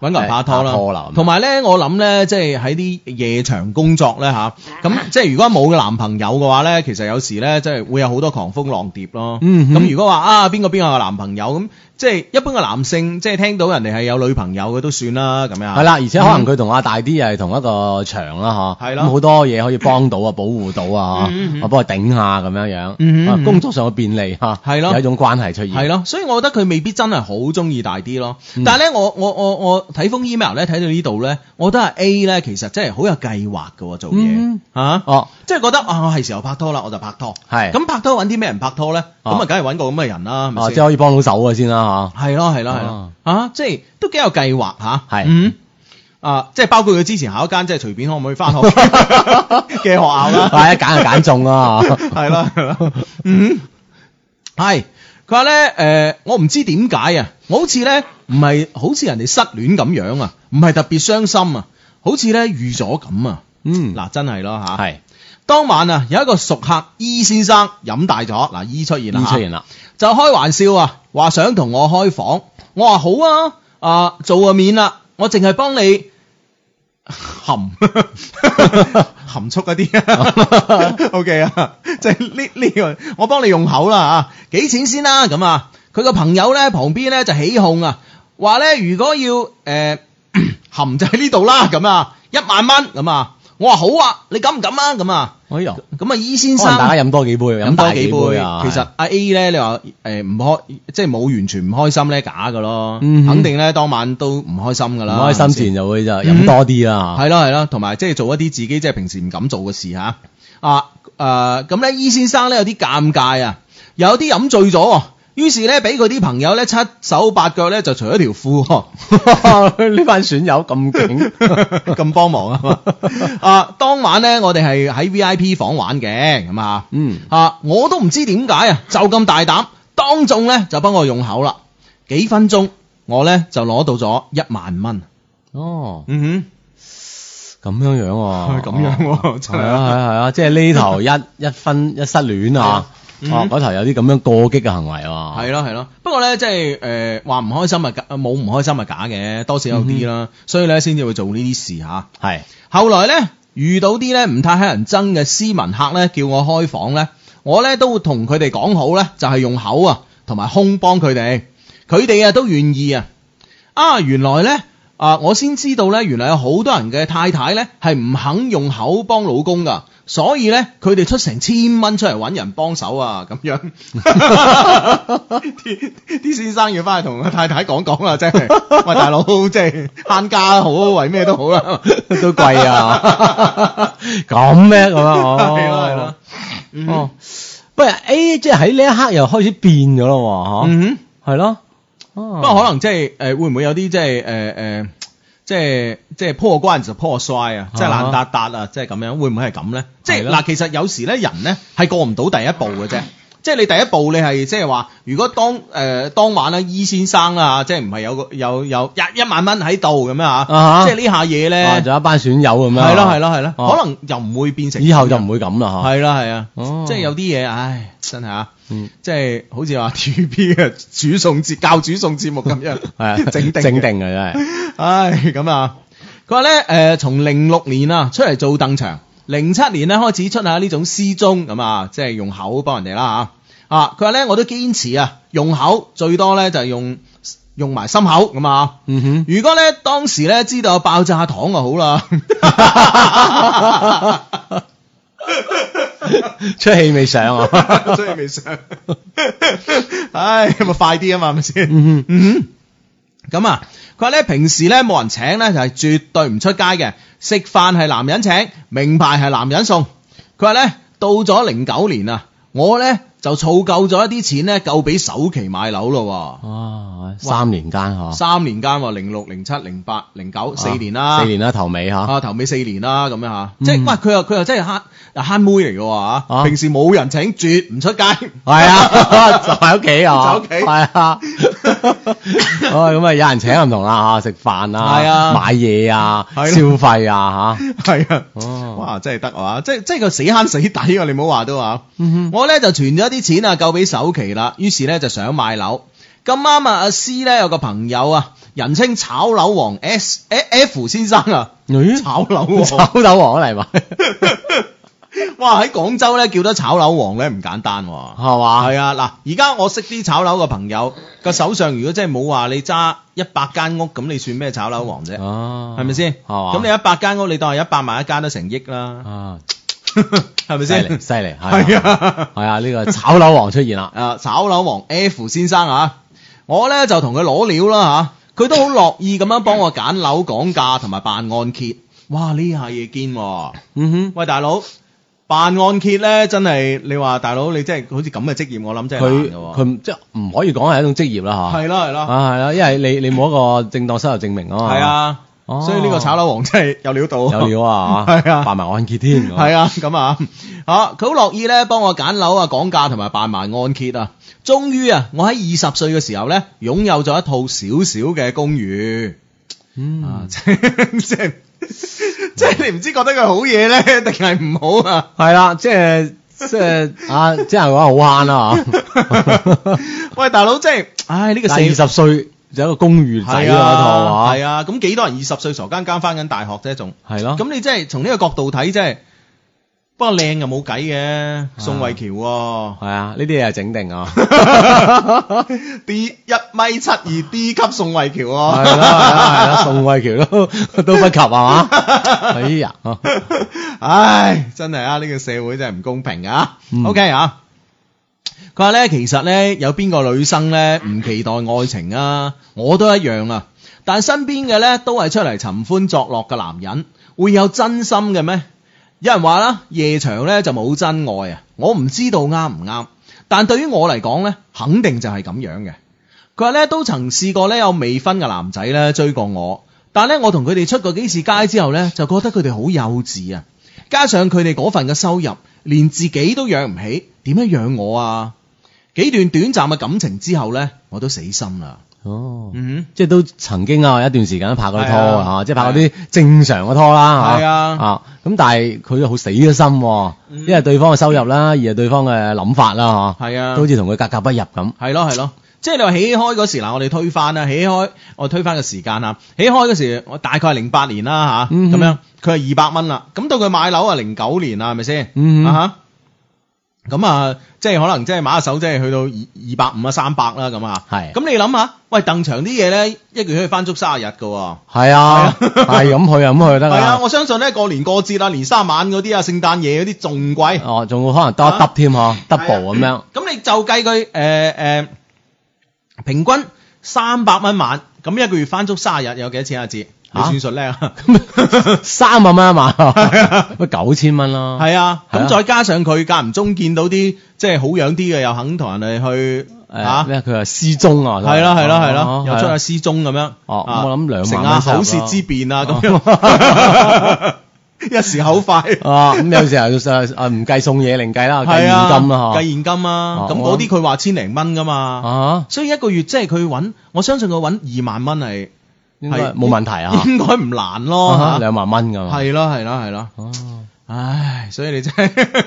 S1: 揾個人拍拖
S2: 誒拖啦
S1: 啦，，
S2: 同
S1: 同埋咧，我諗咧，即係喺啲夜場工作咧吓，
S2: 啊
S1: 咁即係如果冇男朋友嘅話咧，其實有時咧，即係會有好多狂風浪蝶咯。
S2: 嗯哼
S1: 咁如果話啊，邊個邊個有男朋友咁，即係一般嘅男性，即係聽到人哋係有女朋友嘅都算啦，咁樣。
S2: 係啦，而且可能佢同阿大啲又係同一個場啦嚇，
S1: 嗯係
S2: 咁
S1: 啦
S2: 好多嘢可以幫到啊，保護到啊
S1: 嗯嗯
S2: 嚇，
S1: 嗯
S2: 我幫佢頂下咁樣
S1: 嗯嗯
S2: 樣，啊
S1: 嗯
S2: 工作上嘅便利嚇，
S1: 係咯
S2: 有一種關係出現，
S1: 係咯，所以我覺得佢未必真係好中意大啲咯。
S2: 嗯
S1: 但係咧，我我我我睇封 email 咧，睇到呢度咧，我覺得阿 A 咧其實真係好有計劃嘅喎，做嘢
S2: 嗯
S1: 嚇。
S2: 哦，
S1: 即係覺得啊，我係時候拍拖啦，我就拍拖。
S2: 係
S1: 咁拍拖揾啲咩人拍拖咧？咁
S2: 啊
S1: 啊，梗係揾個咁嘅人啦，係咪
S2: 啊，
S1: 先
S2: 即係可以幫到手啊先啦
S1: 係咯係咯係咯啊！即係都幾有計劃嚇。
S2: 係
S1: 嗯啊，即係包括佢之前考一間即係隨便可唔可以翻學
S2: [laughs]
S1: 嘅學校
S2: 嚇，
S1: 啦。 [laughs]
S2: 啊係一揀就揀中啦啊嚇，
S1: 係啦係啦，嗯係。佢話咧，誒、我唔知點解啊，我好似咧唔係好似人哋失戀咁樣啊，唔係特別傷心啊，好似咧預咗咁啊。
S2: 嗯，
S1: 嗱，真係咯嚇。
S2: 係，
S1: 當晚啊，有一個熟客 E 先生飲大咗，嗱 E 出現啦
S2: 呢
S1: 嚇，
S2: 出現啦，
S1: 就開玩笑啊，話想同我開房，我話好啊，啊做個面啦，我淨係幫你含含蓄一啲，OK 啊，即係呢呢個我幫你用口啦啊，幾錢先啦咁啊？佢個朋友咧旁邊咧就起哄啊，話咧如果要誒、呃 [clears throat] 含就喺呢度啦咁啊，一萬蚊咁啊，我話好啊，你敢唔敢啊咁啊？
S2: 哎呦，
S1: 咁啊，依先
S2: 可
S1: 生
S2: 能大家飲多幾杯，
S1: 飲
S2: 飲
S1: 多
S2: 大
S1: 幾
S2: 幾
S1: 杯
S2: 杯啊，
S1: 其實阿 A 咧，你話誒唔開，即係冇完全唔開心咧，假噶咯，
S2: 嗯哼
S1: 肯定咧當晚都唔開心噶
S2: 唔
S1: 啦，
S2: 開心自然就會就飲多啲啦啊嚇，
S1: 嗯係咯係咯，同埋即係做一啲自己即係平時唔敢做嘅事吓。啊誒咁咧，E 先生咧有啲尷尬啊，有啲飲醉咗喎，於是咧俾佢啲朋友咧七手八腳咧就除咗條褲
S2: [laughs]
S1: 喎。
S2: [laughs] 呢班損友咁勁，
S1: [laughs] 咁幫忙啊嘛！啊，當晚咧，我哋係喺 V I P 房玩嘅，咁啊，
S2: 嗯
S1: 啊，我都唔知點解啊，就咁大膽，當眾咧就幫我用口啦，幾分鐘，我咧就攞到咗一萬蚊。
S2: 哦。
S1: 嗯
S2: 咁樣樣喎，
S1: 係 [laughs] 咁樣喎真係
S2: 係啊係啊係啊，即係
S1: [laughs]
S2: 呢頭一一分一失戀啊，
S1: 嗯
S2: 哦嗰頭有啲咁樣過激嘅行為
S1: 哼，
S2: 喎，
S1: 係咯係咯，不過咧即係誒話唔開心咪假，冇唔開心咪假嘅，多少有啲啦，所以咧先至會做呢啲事吓。
S2: 係
S1: 後來咧遇到啲咧唔太乞人憎嘅斯文客咧，叫我開房咧，我咧都會同佢哋講好咧，就係、用口啊同埋胸幫佢哋，佢哋啊都願意啊。啊，原來咧啊，我先知道咧，原來有好多人嘅太太咧係唔肯用口幫老公噶。所以咧，佢哋出成千蚊出嚟揾人幫手啊，咁樣 [laughs] 啲啲先生要翻去同個太太講講啦，真係，喂大佬，即係慳家好，為咩都好啦。
S2: 都貴
S1: [laughs]
S2: 啊，咁咩咁啊？哦
S1: 係咯係咯，嗯
S2: 哦，不過 A 即係喺呢一刻又開始變咗咯喎，
S1: 嗯哼，
S2: 嚇係咯，哦
S1: 不
S2: 不
S1: 過可能即係誒會唔會有啲即係誒誒，即係即係破關就破衰啊，即係爛達達啊，即係咁樣，會唔會係咁咧？即係
S2: 係咯
S1: 嗱，其實有時咧人咧係過唔到第一步嘅啫。即係你第一步，你係即係話，如果當誒、呃、當晚咧，伊先生啊，即係唔係有個有有一一萬蚊喺度咁樣
S2: 啊
S1: 啊？
S2: 哈
S1: 即係呢下嘢
S2: 啊
S1: 咧，
S2: 仲有一班損友咁樣，
S1: 係咯係咯係咯，
S2: 哦
S1: 可能又唔會變成
S2: 以後就唔會咁啦嚇，
S1: 係啦係啊，
S2: 哦
S1: 即係有啲嘢，唉，真係啊，
S2: 嗯
S1: 即係好似話 [laughs] TVB 嘅煮餸節教煮餸節目咁樣，
S2: 係啊
S1: [laughs] 整定嘅
S2: 整定嘅真係，
S1: 唉咁啊。佢話咧，誒、從零六年啊出嚟做凳場，零七年咧開始出下呢種私鐘咁啊，即係用口幫人哋啦嚇。啊，佢話咧我都堅持啊，用口最多咧就係用用埋心口咁啊。
S2: 嗯哼。
S1: 如果咧當時咧知道有爆炸糖就好啦。
S2: [laughs] 出氣未
S1: [laughs]
S2: 上啊！
S1: 所以未上。 [laughs] 唉，咪快啲啊嘛，係咪先？
S2: 嗯
S1: 嗯哼，咁啊，佢話咧平時咧冇人請咧就係絕對唔出街嘅，食飯係男人請，名牌係男人送。佢話咧到咗零九年啊，我咧就儲夠咗一啲錢咧，夠俾首期買樓咯
S2: 哇，三年間
S1: 喎。
S2: 嗬，
S1: 哦三年間喎，零六、零七、零八、零九，四年
S2: 啊
S1: 啦
S2: 四。年啦頭尾嚇，
S1: 啊，頭尾四年啦，咁樣嚇，
S2: 嗯
S1: 即係喂，佢又佢又真係慳慳妹嚟嘅喎嚇
S2: 啊
S1: 平時冇人請，絕唔出街。
S2: 係啊， [laughs] 就喺屋企啊，
S1: 就喺屋企
S2: 係
S1: [laughs]
S2: 啊，哦咁啊，有人請就唔同啦嚇，食飯啊，
S1: 係啊
S2: 買嘢啊，消
S1: 係咯
S2: 費啊嚇，
S1: [laughs] 係啊，
S2: 哦
S1: 哇，真係得啊！即係即係個死慳死抵啊！你唔好話都話，
S2: 嗯
S1: 我咧就存咗啲錢啊，夠俾首期啦。於是咧就想買樓。咁啱啊，阿 C 咧有個朋友啊，人稱炒樓王 S F- F 先生啊， [laughs]
S2: 咦
S1: 炒樓
S2: [laughs] 炒
S1: 王，
S2: 豆王嚟嘛，
S1: 哇！喺廣州咧叫得炒樓王咧唔簡單喎、
S2: 係嘛？
S1: 係啊，嗱，而家我識啲炒樓嘅朋友，個手上如果真係冇話你揸一百間屋，咁你算咩炒樓王啫？
S2: 哦
S1: 係咪先？
S2: 係嘛？
S1: 咁你一百間屋，你當係一百萬一間都成億啦，
S2: 啊，
S1: 係咪
S2: 犀利
S1: 先？
S2: 犀利，
S1: 係
S2: 係啊，
S1: 啊，
S2: 係啊，呢個炒樓王出現
S1: [laughs]
S2: 啦，
S1: 啊炒樓王 F 先生啊，我咧就同佢攞料啦嚇，佢都好樂意咁樣幫我揀樓講價同埋辦按揭。哇！呢下嘢堅喎，
S2: 嗯
S1: 喂大佬，辦按揭咧真係你話大佬你真係好似咁嘅職業，我諗真係
S2: 佢
S1: 難㗎喎。
S2: 佢即係唔可以講係一種職業啦嚇。
S1: 係啦係啦，
S2: 啊，係啦，因為你你冇一個正當收入證明啊嘛。
S1: 係，啊，
S2: 哦
S1: 所以呢個炒樓王真係 [laughs] 有料到。
S2: 有料 [laughs] 啊，
S1: 係啊
S2: 辦埋按揭添。
S1: 係啊，咁啊，啊，佢好樂意咧幫我揀樓啊、講價同埋辦埋按揭啊。終於啊，我喺二十歲嘅時候咧，擁有咗一套小小嘅公寓。啊，
S2: 嗯，
S1: 即係 [laughs] 即係即係你唔知覺得佢好嘢咧，定係唔好啊？
S2: 係啦，即係即係啊，即係話好慳
S1: [laughs]
S2: 啊啦嚇。
S1: 喂，大佬，即係，唉，呢個
S2: 但
S1: 四
S2: 係二十歲就一個公寓仔
S1: 係
S2: 嗰套
S1: 啊，
S2: 啊，
S1: 係啊，咁幾多人二十歲傻更更翻緊大學啫，仲
S2: 係咯。
S1: 咁你真係從呢個角度睇，真係。不過靚又冇計
S2: 啊
S1: 嘅，宋慧喬喎、
S2: 係啊，呢啲嘢係整
S1: [laughs]
S2: 定啊，
S1: D 一米七二 D 級宋慧喬
S2: 係啦
S1: 喎，
S2: 係啦係啦，宋慧喬
S1: [laughs]
S2: 都都不及係嘛？哎呀，
S1: 唉，真係啊！呢、個社會真係唔公平啊。
S2: 嗯
S1: OK 啊，佢話咧，其實咧有邊個女生咧唔期待愛情啊？我都一樣啊，但身邊嘅咧都係出嚟尋歡作樂嘅男人，會有真心嘅咩？有人話啦，夜場咧就冇真愛啊！我唔知道啱唔啱，但對於我嚟講咧，肯定就係咁樣嘅。佢話咧都曾試過咧有未婚嘅男仔咧追過我，但咧我同佢哋出過幾次街之後咧，就覺得佢哋好幼稚啊！加上佢哋嗰份嘅收入，連自己都養唔起，點樣養我啊？幾段短暫嘅感情之後咧，我都死心啦。
S2: 哦。
S1: 嗯
S2: 即係都曾經啊，有一段時間拍過啲拖
S1: 係啊
S2: 啊，即係拍過啲正常嘅拖啦嚇。
S1: 係啊
S2: 啊咁但係佢好死咗心喎，
S1: 嗯
S2: 一係對方嘅收入啦，二係對方嘅諗法啦
S1: 哼，係
S2: 嚇，
S1: 啊
S2: 都好，似同佢格格不入咁。
S1: 係咯係咯。即係你話起開嗰時嗱，我哋推翻啦，起開我推翻個時間啊，起開嗰時我大概係零八年啦吓，
S2: 嗯
S1: 咁、
S2: 哼
S1: 樣佢係二百蚊啦，咁到佢買樓啊零九年啦，係咪先？
S2: 嗯
S1: 啊哈咁啊，即係可能即係買下手，即係去到二二百五啊三百啦咁啊。
S2: 係
S1: 咁你諗下，喂，鄧長啲嘢咧，一個月可以翻足三十日㗎喎。
S2: 係啊，係咁去啊，咁去得
S1: 係啊，
S2: 啦。
S1: 我相信咧過年過節啊，年三晚嗰啲啊，聖誕夜嗰啲仲貴。
S2: 哦，仲會可能多
S1: 啊
S2: 一揼添嗬，double 咁樣。 [laughs]
S1: 咁你就計佢誒誒平均三百蚊晚，咁一個月翻足三日有幾多錢啊？字你
S2: 啊
S1: 算術 [laughs] 叻啊！
S2: 三萬蚊一晚，乜九千蚊啦。
S1: 係啊，
S2: 係
S1: 咁
S2: 啊
S1: 再加上佢間唔中見到啲即係好樣啲嘅，又肯同人哋去
S2: 誒
S1: 嚇。
S2: 咩？佢話失蹤啊。
S1: 啊係啦係啦係啦
S2: 哦，
S1: 又出下私鐘咁樣。
S2: 哦咁
S1: 啊
S2: 我諗兩萬
S1: 成
S2: 蚊
S1: 啊
S2: 差
S1: 口
S2: 唔多
S1: 舌之辯啊咁
S2: [laughs]
S1: 樣， [laughs] 一時口快。
S2: 啊，咁有時候就啊唔計送嘢，另計啦，
S1: 係
S2: 計
S1: 啊，
S2: 現金啦
S1: 計
S2: 嚇。
S1: 現金啊
S2: 哦，
S1: 咁嗰
S2: 我
S1: 啲佢話千零蚊噶嘛，
S2: 啊，
S1: 所以一個月即係佢揾，我相信佢揾二萬蚊係
S2: 應該
S1: 係
S2: 冇問題啊。
S1: [laughs] 應該唔難咯
S2: 啊
S1: 嚇，
S2: 兩萬蚊㗎嘛。
S1: 係咯係咯係咯，
S2: 哦，
S1: 唉，所以你真係。 [laughs]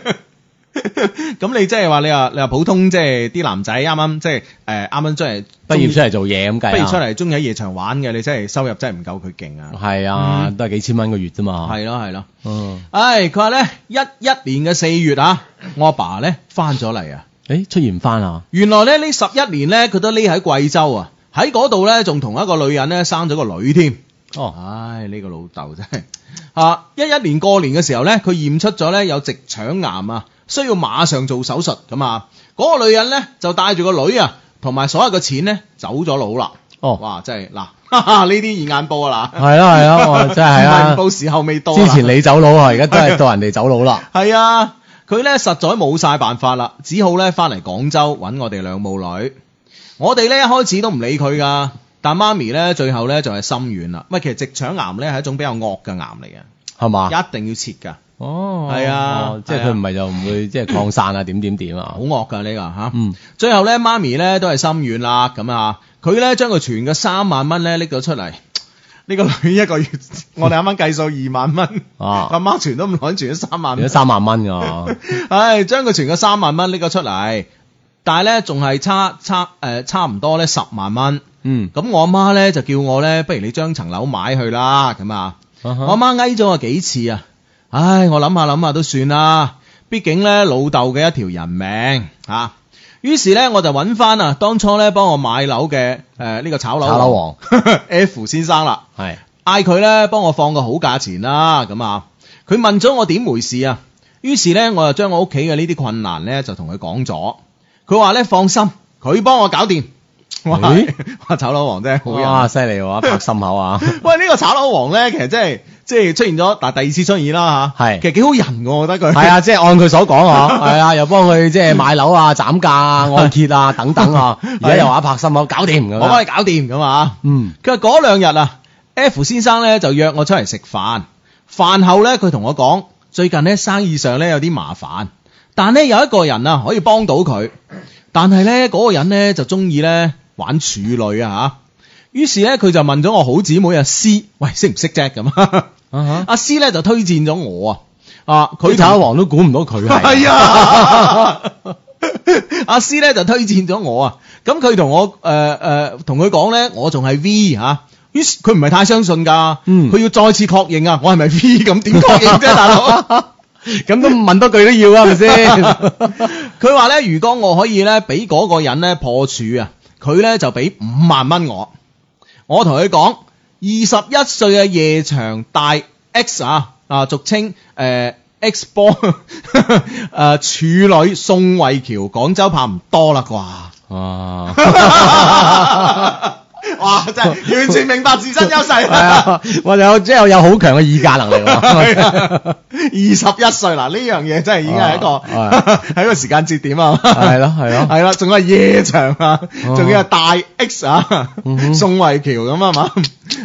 S1: 咁你即係話你話你話普通即係啲男仔啱啱即係誒啱啱出嚟
S2: 畢業出
S1: 嚟
S2: 嚟做嘢咁計啊
S1: 畢業出嚟中意喺夜場玩嘅，你真係收入真係唔夠佢勁啊！
S2: 係啊，
S1: 嗯
S2: 都係幾千蚊個月啫嘛。係，
S1: 係咯係咯，
S2: 嗯，
S1: 唉，佢話咧一一年嘅四月啊，我阿爸咧翻咗嚟啊。
S2: 誒出現翻啊，
S1: 原來咧呢十一年咧，佢都匿喺貴州啊，喺嗰度咧仲同一個女人咧生咗個女添。
S2: 哦，
S1: 唉，呢、個老豆真係啊！一一年過年嘅時候咧，佢驗出咗咧有直腸癌啊，需要馬上做手術咁啊。嗰、個女人咧就帶住個女啊，同埋所有嘅錢咧走咗佬啦。
S2: 哦，
S1: 哇！真係嗱， [laughs] 哈哈呢啲現眼報啊嗱，
S2: 係啦
S1: [laughs]
S2: 係啦，我真係
S1: 現眼
S2: 啊，
S1: 報時候未到啊。 [laughs]
S2: 之前你走佬啊，而家真係到人哋走佬啦。
S1: 係啊，佢咧實在冇晒辦法啦，只好咧翻嚟廣州揾我哋兩母女。我哋咧一開始都唔理佢噶，但媽咪咧最後咧就係心軟啦。喂，其實直腸癌咧係一種比較惡嘅癌嚟嘅，
S2: 係嘛？
S1: 一定要切㗎，
S2: 哦，
S1: 係啊
S2: 哦即係佢唔係就唔會即係擴散啊，點點點啊
S1: 好， [laughs] 惡㗎呢個吓。
S2: 嗯，
S1: 最後咧，媽咪咧都係心軟啦，咁啊，佢咧將佢存嘅三萬蚊咧拎咗出嚟。呢個女一個月，我哋啱啱計數二萬蚊，
S2: 啊
S1: 阿媽存都唔肯存咗三萬
S2: 變咗
S1: 蚊，
S2: 三萬蚊
S1: [laughs]
S2: 㗎，
S1: 唉，將佢存嘅三萬蚊拎咗出嚟，但係咧仲係差差誒、呃差唔多咧十萬蚊。
S2: 嗯，
S1: 咁我阿媽咧就叫我咧，不如你將層樓買去啦，咁啊。
S2: 啊哈
S1: 我阿媽翳咗我幾次啊！唉，我諗下諗下都算啦，畢竟咧老豆嘅一條人命嚇。啊於是咧，我就揾翻啊，當初咧幫我買樓嘅誒呢個炒樓
S2: 炒樓王
S1: [laughs] F 先生啦，
S2: 係
S1: 嗌佢咧幫我放個好價錢啦，咁啊，佢問咗我點回事啊，於是咧我就將我屋企嘅呢啲困難咧就同佢講咗，佢話咧放心，佢幫我搞掂。哇！
S2: 咦
S1: [laughs] 哇炒樓王真係好人啊
S2: 哇，犀利喎，拍心
S1: [laughs]
S2: 口啊，
S1: 喂，呢、個炒樓王咧，其實真係即係出現咗，但係第二次出現啦吓，
S2: 係
S1: 其實幾好人㗎，我覺得佢
S2: 係啊，即係按佢所講啊，係啊，又幫佢即係買樓啊、斬價啊、按揭啊等
S1: [laughs]
S2: 等啊，而家又話拍心口搞掂咁
S1: 我幫
S2: 樣，
S1: 你搞掂咁啊。
S2: 嗯，
S1: 佢話嗰兩日啊，F 先生咧就約我出嚟食飯，飯後咧佢同我講，最近咧生意上咧有啲麻煩，但咧有一個人啊可以幫到佢，但係咧嗰個人咧就中意咧玩處女啊吓，於是咧佢就問咗我好姊妹阿詩，喂識唔識啫咁？
S2: 啊
S1: 阿詩咧就推薦咗我啊，啊
S2: 佢
S1: 佢
S2: 炒樓王都估唔到佢係，
S1: [laughs] 係啊。 [laughs] 阿師咧就推薦咗我啊，咁佢同我誒誒同佢講咧，我仲係 V 嚇、於是佢唔係太相信㗎，
S2: 嗯
S1: 佢要再次確認啊，我係咪 V 咁點確認啫，大佬？
S2: 咁都問多句都要啊，係咪
S1: [laughs]
S2: 先？
S1: 佢話咧，如果我可以咧俾嗰個人咧破處啊，佢咧就俾五萬蚊我。我同佢講，二十一歲嘅夜場大 X 啊啊，俗稱誒、呃 X 波 [laughs] 誒、處女宋慧喬，廣州怕唔多啦啩？
S2: 哇！
S1: 哇！真係完全明白自身優勢
S2: [laughs] 係啊，我有即係有好強嘅議價能力喎。
S1: 二十一歲嗱，呢樣嘢真係已經 [laughs] 係一個
S2: 啊
S1: 喺個時間節點啊，
S2: 係咯係咯
S1: [laughs]
S2: 哦
S1: 係啦，仲有夜場啊，仲有大 X 啊
S2: 嗯，哼
S1: 宋慧喬咁啊嘛，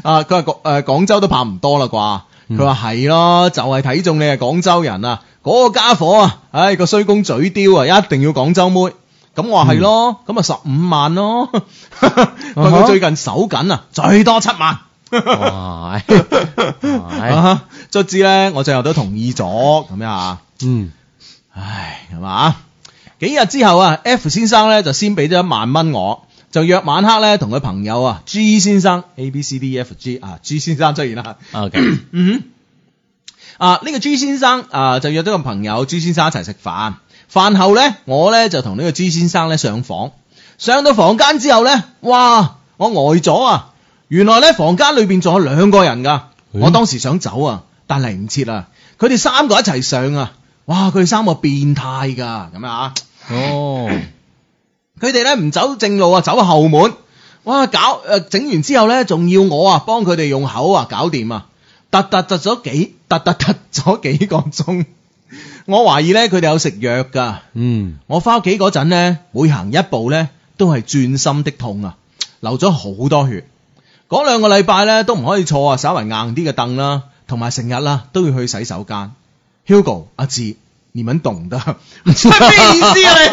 S1: 啊佢話誒廣州都拍唔多啦啩，
S2: 嗯
S1: 佢話係咯，就係睇中你係廣州人啊，嗰個家伙啊，唉個衰公嘴刁啊，一定要廣州妹。咁我話係咯，
S2: 嗯
S1: 咁啊十五萬
S2: [laughs]
S1: 咯， [laughs] 佢
S2: 哈
S1: 佢最近手緊啊，最多七萬。
S2: 哦哇！
S1: [laughs] 啊哈卒之咧，我最後都同意咗咁樣啊，
S2: 嗯，
S1: 唉，係嘛？幾日之後啊，F 先生咧就先俾咗一萬蚊我，就約晚黑咧同佢朋友啊 G 先生 A B C D E F G 啊 G 先生出現啦，
S2: OK，
S1: [coughs] 嗯哼，啊呢、個 G 先生啊就約咗個朋友 G 先生一齊食飯，飯後咧我咧就同呢個 G 先生咧上房，上到房間之後咧，哇我呆咗啊！原來咧房間裏邊仲有兩個人噶，
S2: 咦
S1: 我當時想走啊，但嚟唔切啊！佢哋三個一齊上啊，哇佢哋三個變態噶咁啊！
S2: 哦，
S1: 佢哋咧唔走正路啊，走後門。哇！搞誒、呃整完之後咧，仲要我啊幫佢哋用口啊搞掂啊，突突突咗幾突突突咗幾個鐘。我懷疑咧佢哋有食藥㗎。
S2: 嗯，
S1: 我翻屋企嗰陣咧，每行一步咧都係鑽心的痛啊，流咗好多血。嗰兩個禮拜咧都唔可以坐啊，稍為硬啲嘅凳啦，同埋成日啦都要去洗手間。Hugo 阿志，你們懂得，咩意思啊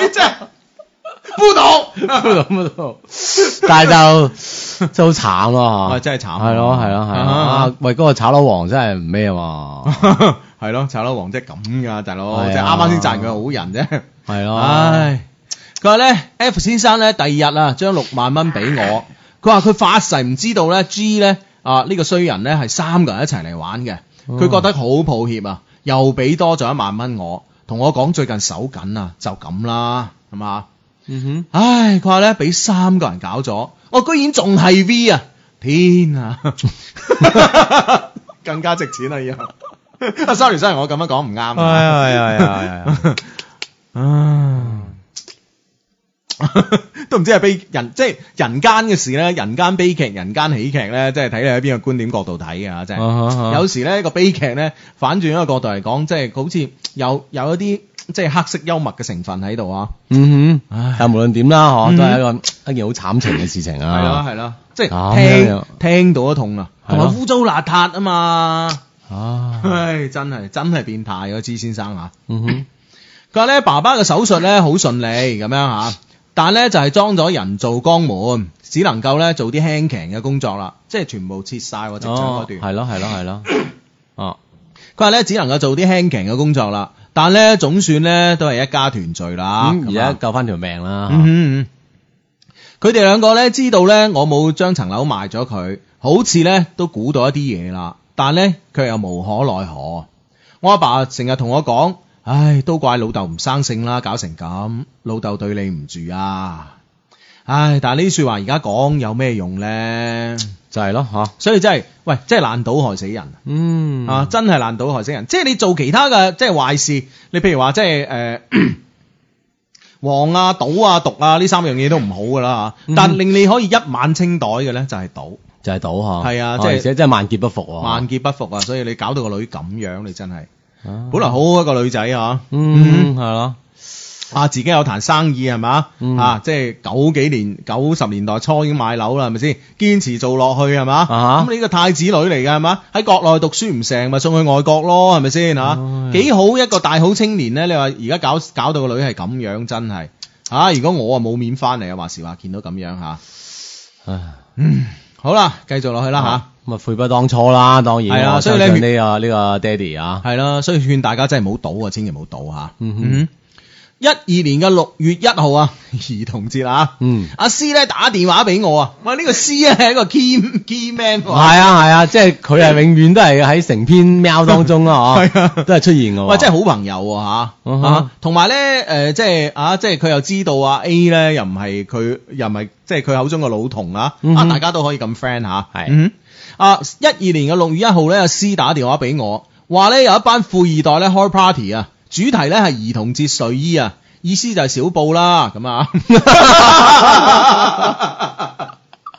S1: 你 [laughs] 真係不懂。
S2: 咁度，但係就真係好慘咯
S1: 喂
S2: 嚇，
S1: 真係慘
S2: 係咯係咯係咯
S1: 啊
S2: 啊！喂，嗰個炒樓王真係唔咩喎，
S1: [laughs] 係咯，炒樓王即係咁噶，大佬，
S2: 係啊
S1: 即係啱啱先讚佢係好人啫。
S2: 係
S1: 哦
S2: 咯，
S1: 唉，佢話咧，F 先生咧，第二日啊，將六萬蚊俾我。佢話佢發誓唔知道咧，G 咧啊呢、個衰人咧係三個人一齊嚟玩嘅。佢覺得好抱歉啊，又俾多咗一萬蚊我，同我講最近手緊啊，就咁啦，係嘛？
S2: 嗯
S1: 唉，佢話咧俾三個人搞咗，我居然仲係 V 啊！天啊， [laughs] 更加值錢啦以後。 [laughs] 啊，sorry sorry，我咁樣講唔啱啊。
S2: 哼，係
S1: [laughs]
S2: 啊係啊係啊係啊，
S1: 啊！ [laughs] 都唔知係悲人，即係人間嘅事咧，人間悲劇、人間喜劇咧，即係睇你喺邊個觀點角度睇嘅，真係。
S2: 啊哈啊哈
S1: 有時咧個悲劇咧，反轉一個角度嚟講，即係好似有有一啲即係黑色幽默嘅成分喺度啊。
S2: 嗯
S1: 唉
S2: 哼，但無論點啦，
S1: 嗯
S2: 嗬，都係一個一件好慘情嘅事情
S1: 係咯
S2: 啊。
S1: 係咯，即係
S2: 咁樣
S1: 聽
S2: 樣
S1: 聽到都痛啊，同
S2: 係
S1: 埋
S2: 咯
S1: 污糟邋遢啊嘛。
S2: 啊，
S1: 唉，真係真係變態嗰支先生啊！
S2: 嗯
S1: [laughs]
S2: 哼，
S1: 佢話咧，爸爸嘅手術咧好順利咁樣嚇，但咧就係裝咗人造肛門，只能夠咧做啲輕強嘅工作啦，即係全部切晒喎，直腸嗰
S2: 哦，
S1: 段。
S2: 係咯係咯係咯，哦，
S1: 佢話咧只能夠做啲輕強嘅工作啦，但咧總算咧都係一家團聚啦。
S2: 咁而
S1: 咁
S2: 家
S1: 啊
S2: 嗯救翻條命啦，
S1: 嗯哼嗯佢哋兩個咧知道咧我冇將層樓賣咗佢，好似咧都估到一啲嘢啦，但咧佢又無可奈何。我阿爸成日同我講，唉，都怪老豆唔生性啦，搞成咁，老豆對你唔住啊！唉，但係呢啲説話而家講有咩用咧？
S2: 就係咯，嗬，
S1: 所以真係，喂，真係爛賭害死人。
S2: 嗯
S1: 啊，，真係爛到害死人。即係你做其他嘅即係壞事，你譬如話即係 [coughs] 誒黃啊、賭啊、毒啊呢三樣嘢都唔好噶啦嚇
S2: 嗯
S1: 但令你可以一晚清袋嘅咧就係賭，
S2: 就係賭嗬，
S1: 係啊
S2: 哦
S1: 即係
S2: 而且真係萬劫不復喎，
S1: 萬劫不復啊！所以你搞到個女咁樣，你真係
S2: 啊
S1: 本來好好一個女仔啊，
S2: 嗯，係咯，
S1: 啊自己有談生意係嘛
S2: 嗯
S1: 啊，即係九幾年九十年代初已經買樓啦，係咪先？堅持做落去係嘛？
S2: 啊哈
S1: 咁你個太子女嚟嘅係嘛？喺國內讀書唔成，咪送去外國咯，係咪
S2: 哦
S1: 先嚇
S2: 唉？
S1: 幾好一個大好青年咧！你話而家搞搞到個女係咁樣，真係嚇、啊如果我啊冇面翻嚟啊，話時話見到咁樣嚇、
S2: 唉。
S1: 好啦，繼續落去啦
S2: 咁啊，悔不當初啦，當然。
S1: 係啊
S2: 我
S1: 所以
S2: 相
S1: 你
S2: 信呢個呢個爹哋啊，
S1: 嚇，係啦、所以勸大家真係唔好賭啊，千祈唔好賭嚇。
S2: 嗯哼
S1: 嗯一二年嘅六月一號啊， [laughs] 兒童節啊，
S2: 嗯，
S1: 阿師咧打電話俾我啊，喂，呢個師咧係一個 key key man
S2: 係
S1: 喎，
S2: 啊係啊，即係佢係永遠都係喺成篇喵當
S1: [laughs]
S2: 中啦，
S1: 嗯係啊
S2: 嗬，都係出現嘅喎。
S1: 喂，真係好朋友喎嚇
S2: 嗯哼
S1: 啊，同埋咧誒，即係啊，即係佢又知道啊 A 咧又唔係佢，又唔係即係佢口中嘅老童啊，
S2: 嗯
S1: 啊，
S2: 哼
S1: 大家都可以咁 friend 嚇，
S2: 係
S1: 嗯啊，一二年嘅六月一號咧，阿師打電話俾我，話咧有一班富二代咧開 party 啊，主題咧係兒童節睡衣啊，意思就係小布啦咁啊。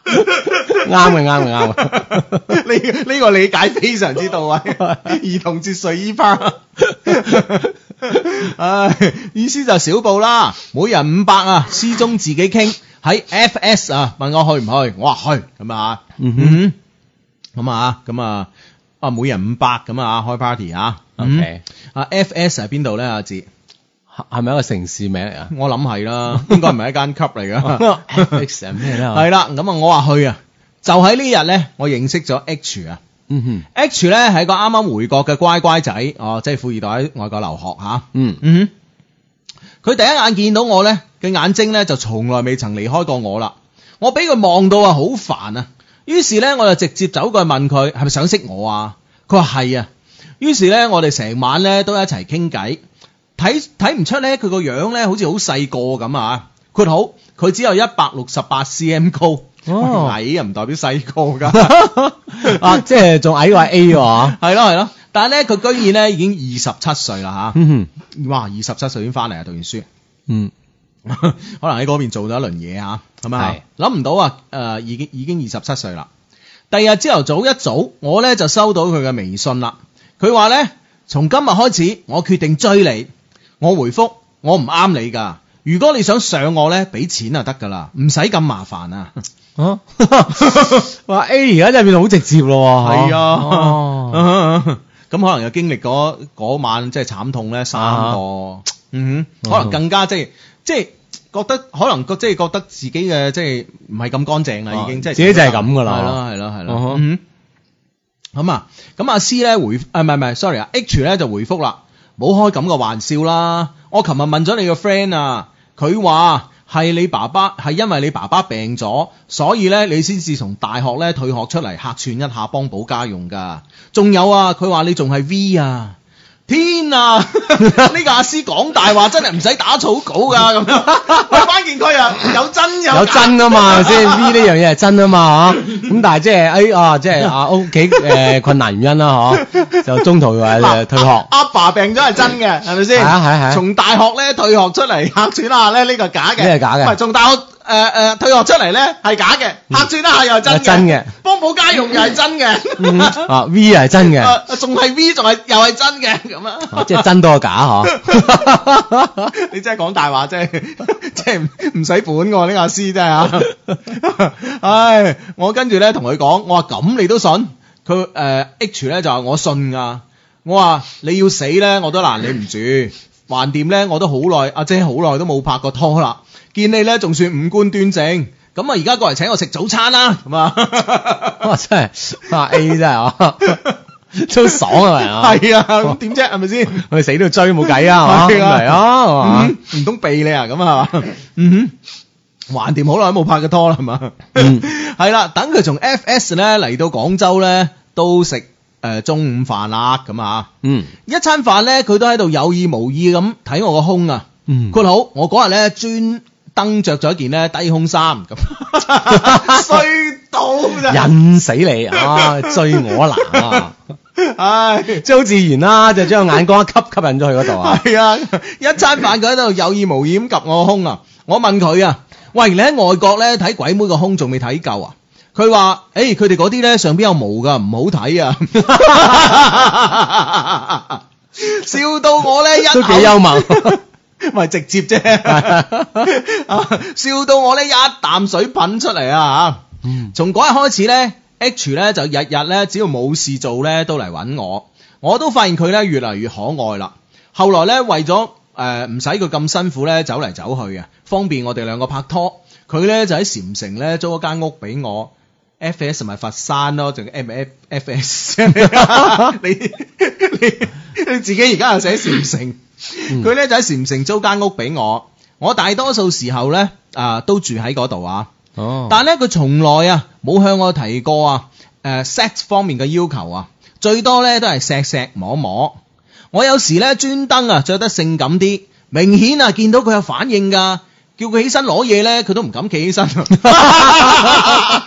S2: 啱嘅啱嘅啱嘅。
S1: 呢呢個理解非常之到
S2: [laughs]
S1: 位，兒童節睡衣包。唉，意思就係小步啦，每人五百啊，私中自己傾。喺 FS 啊，問我去唔去，我話去咁啊，嗯哼，咁啊，咁啊，啊每人五百咁啊，開 party 啊
S2: OK，
S1: [laughs] 嗯啊 FS 係邊度咧？阿志，
S2: 係係咪一個城市名嚟啊
S1: 我諗係
S2: [laughs]
S1: 啦，應該唔係一間級嚟噶。
S2: ？X 係咩
S1: [laughs]
S2: 咧？
S1: 係啦，咁啊，我話去啊，就喺呢日咧，我認識咗 H 啊。
S2: 嗯哼，
S1: H 咧係個啱啱回國嘅乖乖仔，哦，即係富二代喺外國留學吓。
S2: 嗯 [laughs]
S1: 嗯哼，佢第一眼見到我咧，嘅眼睛咧就從來未曾離開過我啦。我俾佢望到啊，好煩啊。於是咧，我就直接走過去問佢係咪想識我啊？佢話係啊。於是咧，我哋成晚咧都一齊傾偈，睇睇唔出咧佢個樣咧好似好細個咁啊。括好，佢只有一百六十八 cm 高， [laughs]
S2: 哦
S1: 矮又唔代表細個噶。
S2: [laughs] 啊，即係仲矮過 A 喎，嗬
S1: 係咯係咯，但係咧佢居然咧已經二十七歲啦
S2: 嗯哼，
S1: 吓，哇二十七歲已經翻嚟啊讀完書， [laughs]
S2: 嗯
S1: 可能喺嗰邊做咗一輪嘢吓，咁啊
S2: 係
S1: 諗唔到啊誒、已經已經二十七歲啦。第二日朝頭早一早，我咧就收到佢嘅微信啦，佢話咧從今日開始我決定追你，我回覆我唔啱你噶。如果你想上我咧，俾錢就得噶啦，唔使咁麻煩啊！
S2: 啊， [laughs] 哇 A 而家真係變到好直接咯喎，嗬
S1: 係
S2: 啊哦
S1: 啊， [laughs] 咁可能又經歷嗰嗰晚即係慘痛咧三
S2: 啊
S1: 個，嗯哼，
S2: 哦
S1: 可能更加即係即係覺得可能個即係覺得自己嘅即係唔係咁乾淨啦，已經
S2: 啊
S1: 即係
S2: 自己就係咁㗎啦
S1: 係咯係咯係
S2: 啊
S1: 咯
S2: 哈，
S1: 嗯哼咁啊咁阿 C 咧回啊唔係唔係，sorry 啊 H 咧就回覆啦，冇開咁嘅玩笑啦，我琴日問咗你個 friend 啊，佢話。係你爸爸，係因為你爸爸病咗，所以咧你先至從大學咧退學出嚟客串一下幫補家用㗎。仲有啊，佢話你仲係 V 啊。天啊！ [laughs] 呢個阿師講大話真係唔使打草稿㗎咁樣， [laughs] 喂關鍵佢啊有真有假
S2: 有真啊 [laughs] 嘛，係咪先 V 呢樣嘢係真啊嘛，嗬。咁但係即係誒啊，即係啊屋企誒困難原因啦，嗬，就中途 [laughs] 話
S1: 嗱
S2: 誒退學。嗯
S1: 阿爸病咗係真嘅，係咪先？
S2: 係啊係啊係啊
S1: 從大學咧退學出嚟客串下咧，呢個假嘅。
S2: 呢個假嘅
S1: 唔係從大學誒誒退學出嚟咧係假嘅，
S2: 嗯
S1: 客串一下又係真嘅，
S2: 係真嘅
S1: 幫補家用又係真 [laughs]
S2: 嗯
S1: 嘅，
S2: 啊 V 係真 [laughs] 嘅，
S1: 啊 [laughs] 仲係 V 仲係又係真嘅咁
S2: 啊
S1: 啊。
S2: 即係真多過假嗬。
S1: [laughs] 你真係講大話，真係 [laughs] 真係唔唔使本喎，呢個阿師真係啊！ [laughs] 唉，我跟住咧同佢講，我話咁你都信？佢誒、呃 H 咧就話我信啊！我話你要死咧，我都攔你唔住。橫掂咧，我都好耐，阿姐好耐都冇拍過拖啦。見你咧，仲算五官端正。咁啊，而家過嚟請我食早餐啦，咁啊，
S2: [laughs] 哇！真係啊 A 真係啊，都爽啊 [laughs] 咪啊，
S1: [laughs] 係啊，咁點啫？係咪
S2: [laughs]
S1: 先？
S2: 佢死都追冇計啊，係
S1: 係
S2: 嘛
S1: 啊
S2: 嚟啊，係嘛
S1: 嗯唔通避你啊？咁啊係嘛？嗯哼，橫掂好耐都冇拍過拖啦，係嘛？ [laughs]
S2: 嗯
S1: 係啦，等佢從 FS 咧嚟到廣州咧，都食誒、呃中午飯啦，咁啊，
S2: 嗯
S1: 一餐飯咧佢都喺度有意無意咁睇我個胸啊！
S2: 嗯
S1: 括好，我嗰日咧專登着咗一件咧低胸衫咁， [laughs] 衰到咋？
S2: 引死你啊！追我男啊！
S1: 唉。
S2: 即係好自然啦，就將個眼光一吸吸引咗去嗰度啊！
S1: [laughs] 係啊，一餐飯佢喺度有意無意咁及我個胸啊！我問佢啊，喂，你喺外國咧睇鬼妹個胸仲未睇夠啊？佢話：，誒、佢哋嗰啲咧上邊有毛㗎，唔好睇啊！ [laughs] 笑到我咧一
S2: 都
S1: 口
S2: 幾幽默，
S1: [laughs] 咪直接啫，啊 [laughs] 笑到我呢一啖水噴出嚟啊！
S2: 嗯
S1: 從嗰日開始呢 h 呢就日日呢，只要冇事做呢，都嚟揾我，我都發現佢呢越嚟越可愛啦。後來呢，為咗誒唔使佢咁辛苦呢，走嚟走去啊，方便我哋兩個拍拖，佢呢就喺禪城呢租咗間屋俾我。F S 咪佛山咯，仲 M F F S，你你你自己而家又寫禪城，
S2: 嗯
S1: 佢咧就喺禪城租間屋俾我，我大多數時候咧啊都住喺嗰度啊，
S2: 哦，
S1: 但係咧佢從來啊冇向我提過啊誒、sex 方面嘅要求啊，最多咧都係錫錫摸摸。我有時咧專登啊着得性感啲，明顯啊見到佢有反應㗎，叫佢起身攞嘢咧，佢都唔敢企起身啊。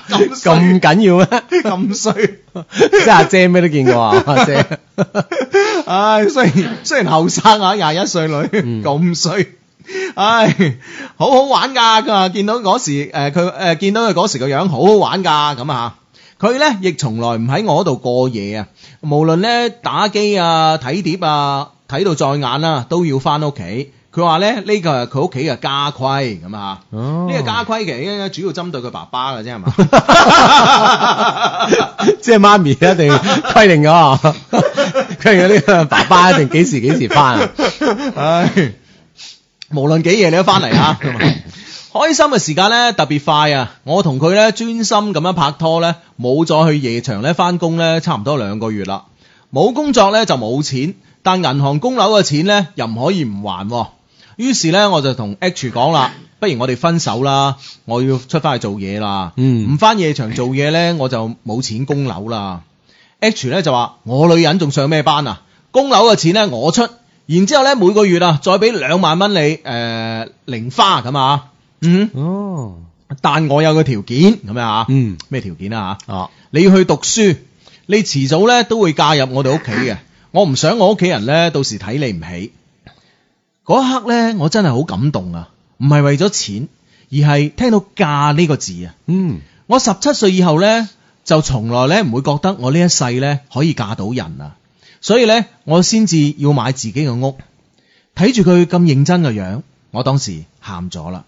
S1: 咁衰
S2: 咁緊要咩？
S1: 咁衰。
S2: 即係阿姐咩都見過
S1: [laughs]
S2: 啊！阿姐，
S1: 唉，雖然
S2: [laughs]
S1: 雖然後生啊，廿一歲
S2: 嗯
S1: 女咁衰。唉，好好玩㗎咁啊！見到嗰時誒佢誒見到佢嗰時個樣好好玩㗎咁啊！佢咧亦從來唔喺我度過夜啊，無論咧打機啊、睇碟啊、睇到再眼啦、都要翻屋企。佢話咧呢個係佢屋企嘅家規咁啊！
S2: 哦
S1: 呢個家規其實主要針對佢爸爸嘅啫，係嘛？
S2: 即係媽咪
S1: [laughs]
S2: 一定規定咗啊，規定咗呢個爸爸一定幾時幾時翻啊！
S1: 唉，無論幾夜你都翻嚟啊！咁啊開心嘅時間咧特別快啊！我同佢咧專心咁樣拍拖咧，冇再去夜場咧翻工咧，差唔多兩個月啦。冇工作咧就冇錢，但銀行供樓嘅錢咧又唔可以唔還喎。於是咧我就同 H 講啦，不如我哋分手啦，我要出翻去做嘢啦。
S2: 嗯
S1: 唔翻夜場做嘢咧，我就冇錢供樓啦。H 咧就話：我女人仲上咩班啊？供樓嘅錢咧我出，然之後咧每個月啊再俾兩萬蚊你誒、呃零花咁啊。嗯，
S2: 哦，
S1: 但我有個條件咁樣啊。
S2: 嗯
S1: 咩條件啊？嚇
S2: 哦，
S1: 你要去讀書，你遲早咧都會嫁入我哋屋企嘅。我唔想我屋企人咧到時睇你唔起。嗰一刻咧，我真係好感動啊！唔係為咗錢，而係聽到嫁呢個字啊！
S2: 嗯，
S1: 我十七歲以後咧，就從來咧唔會覺得我呢一世咧可以嫁到人啊，所以咧我先至要買自己嘅屋。睇住佢咁認真嘅樣，我當時喊咗啦。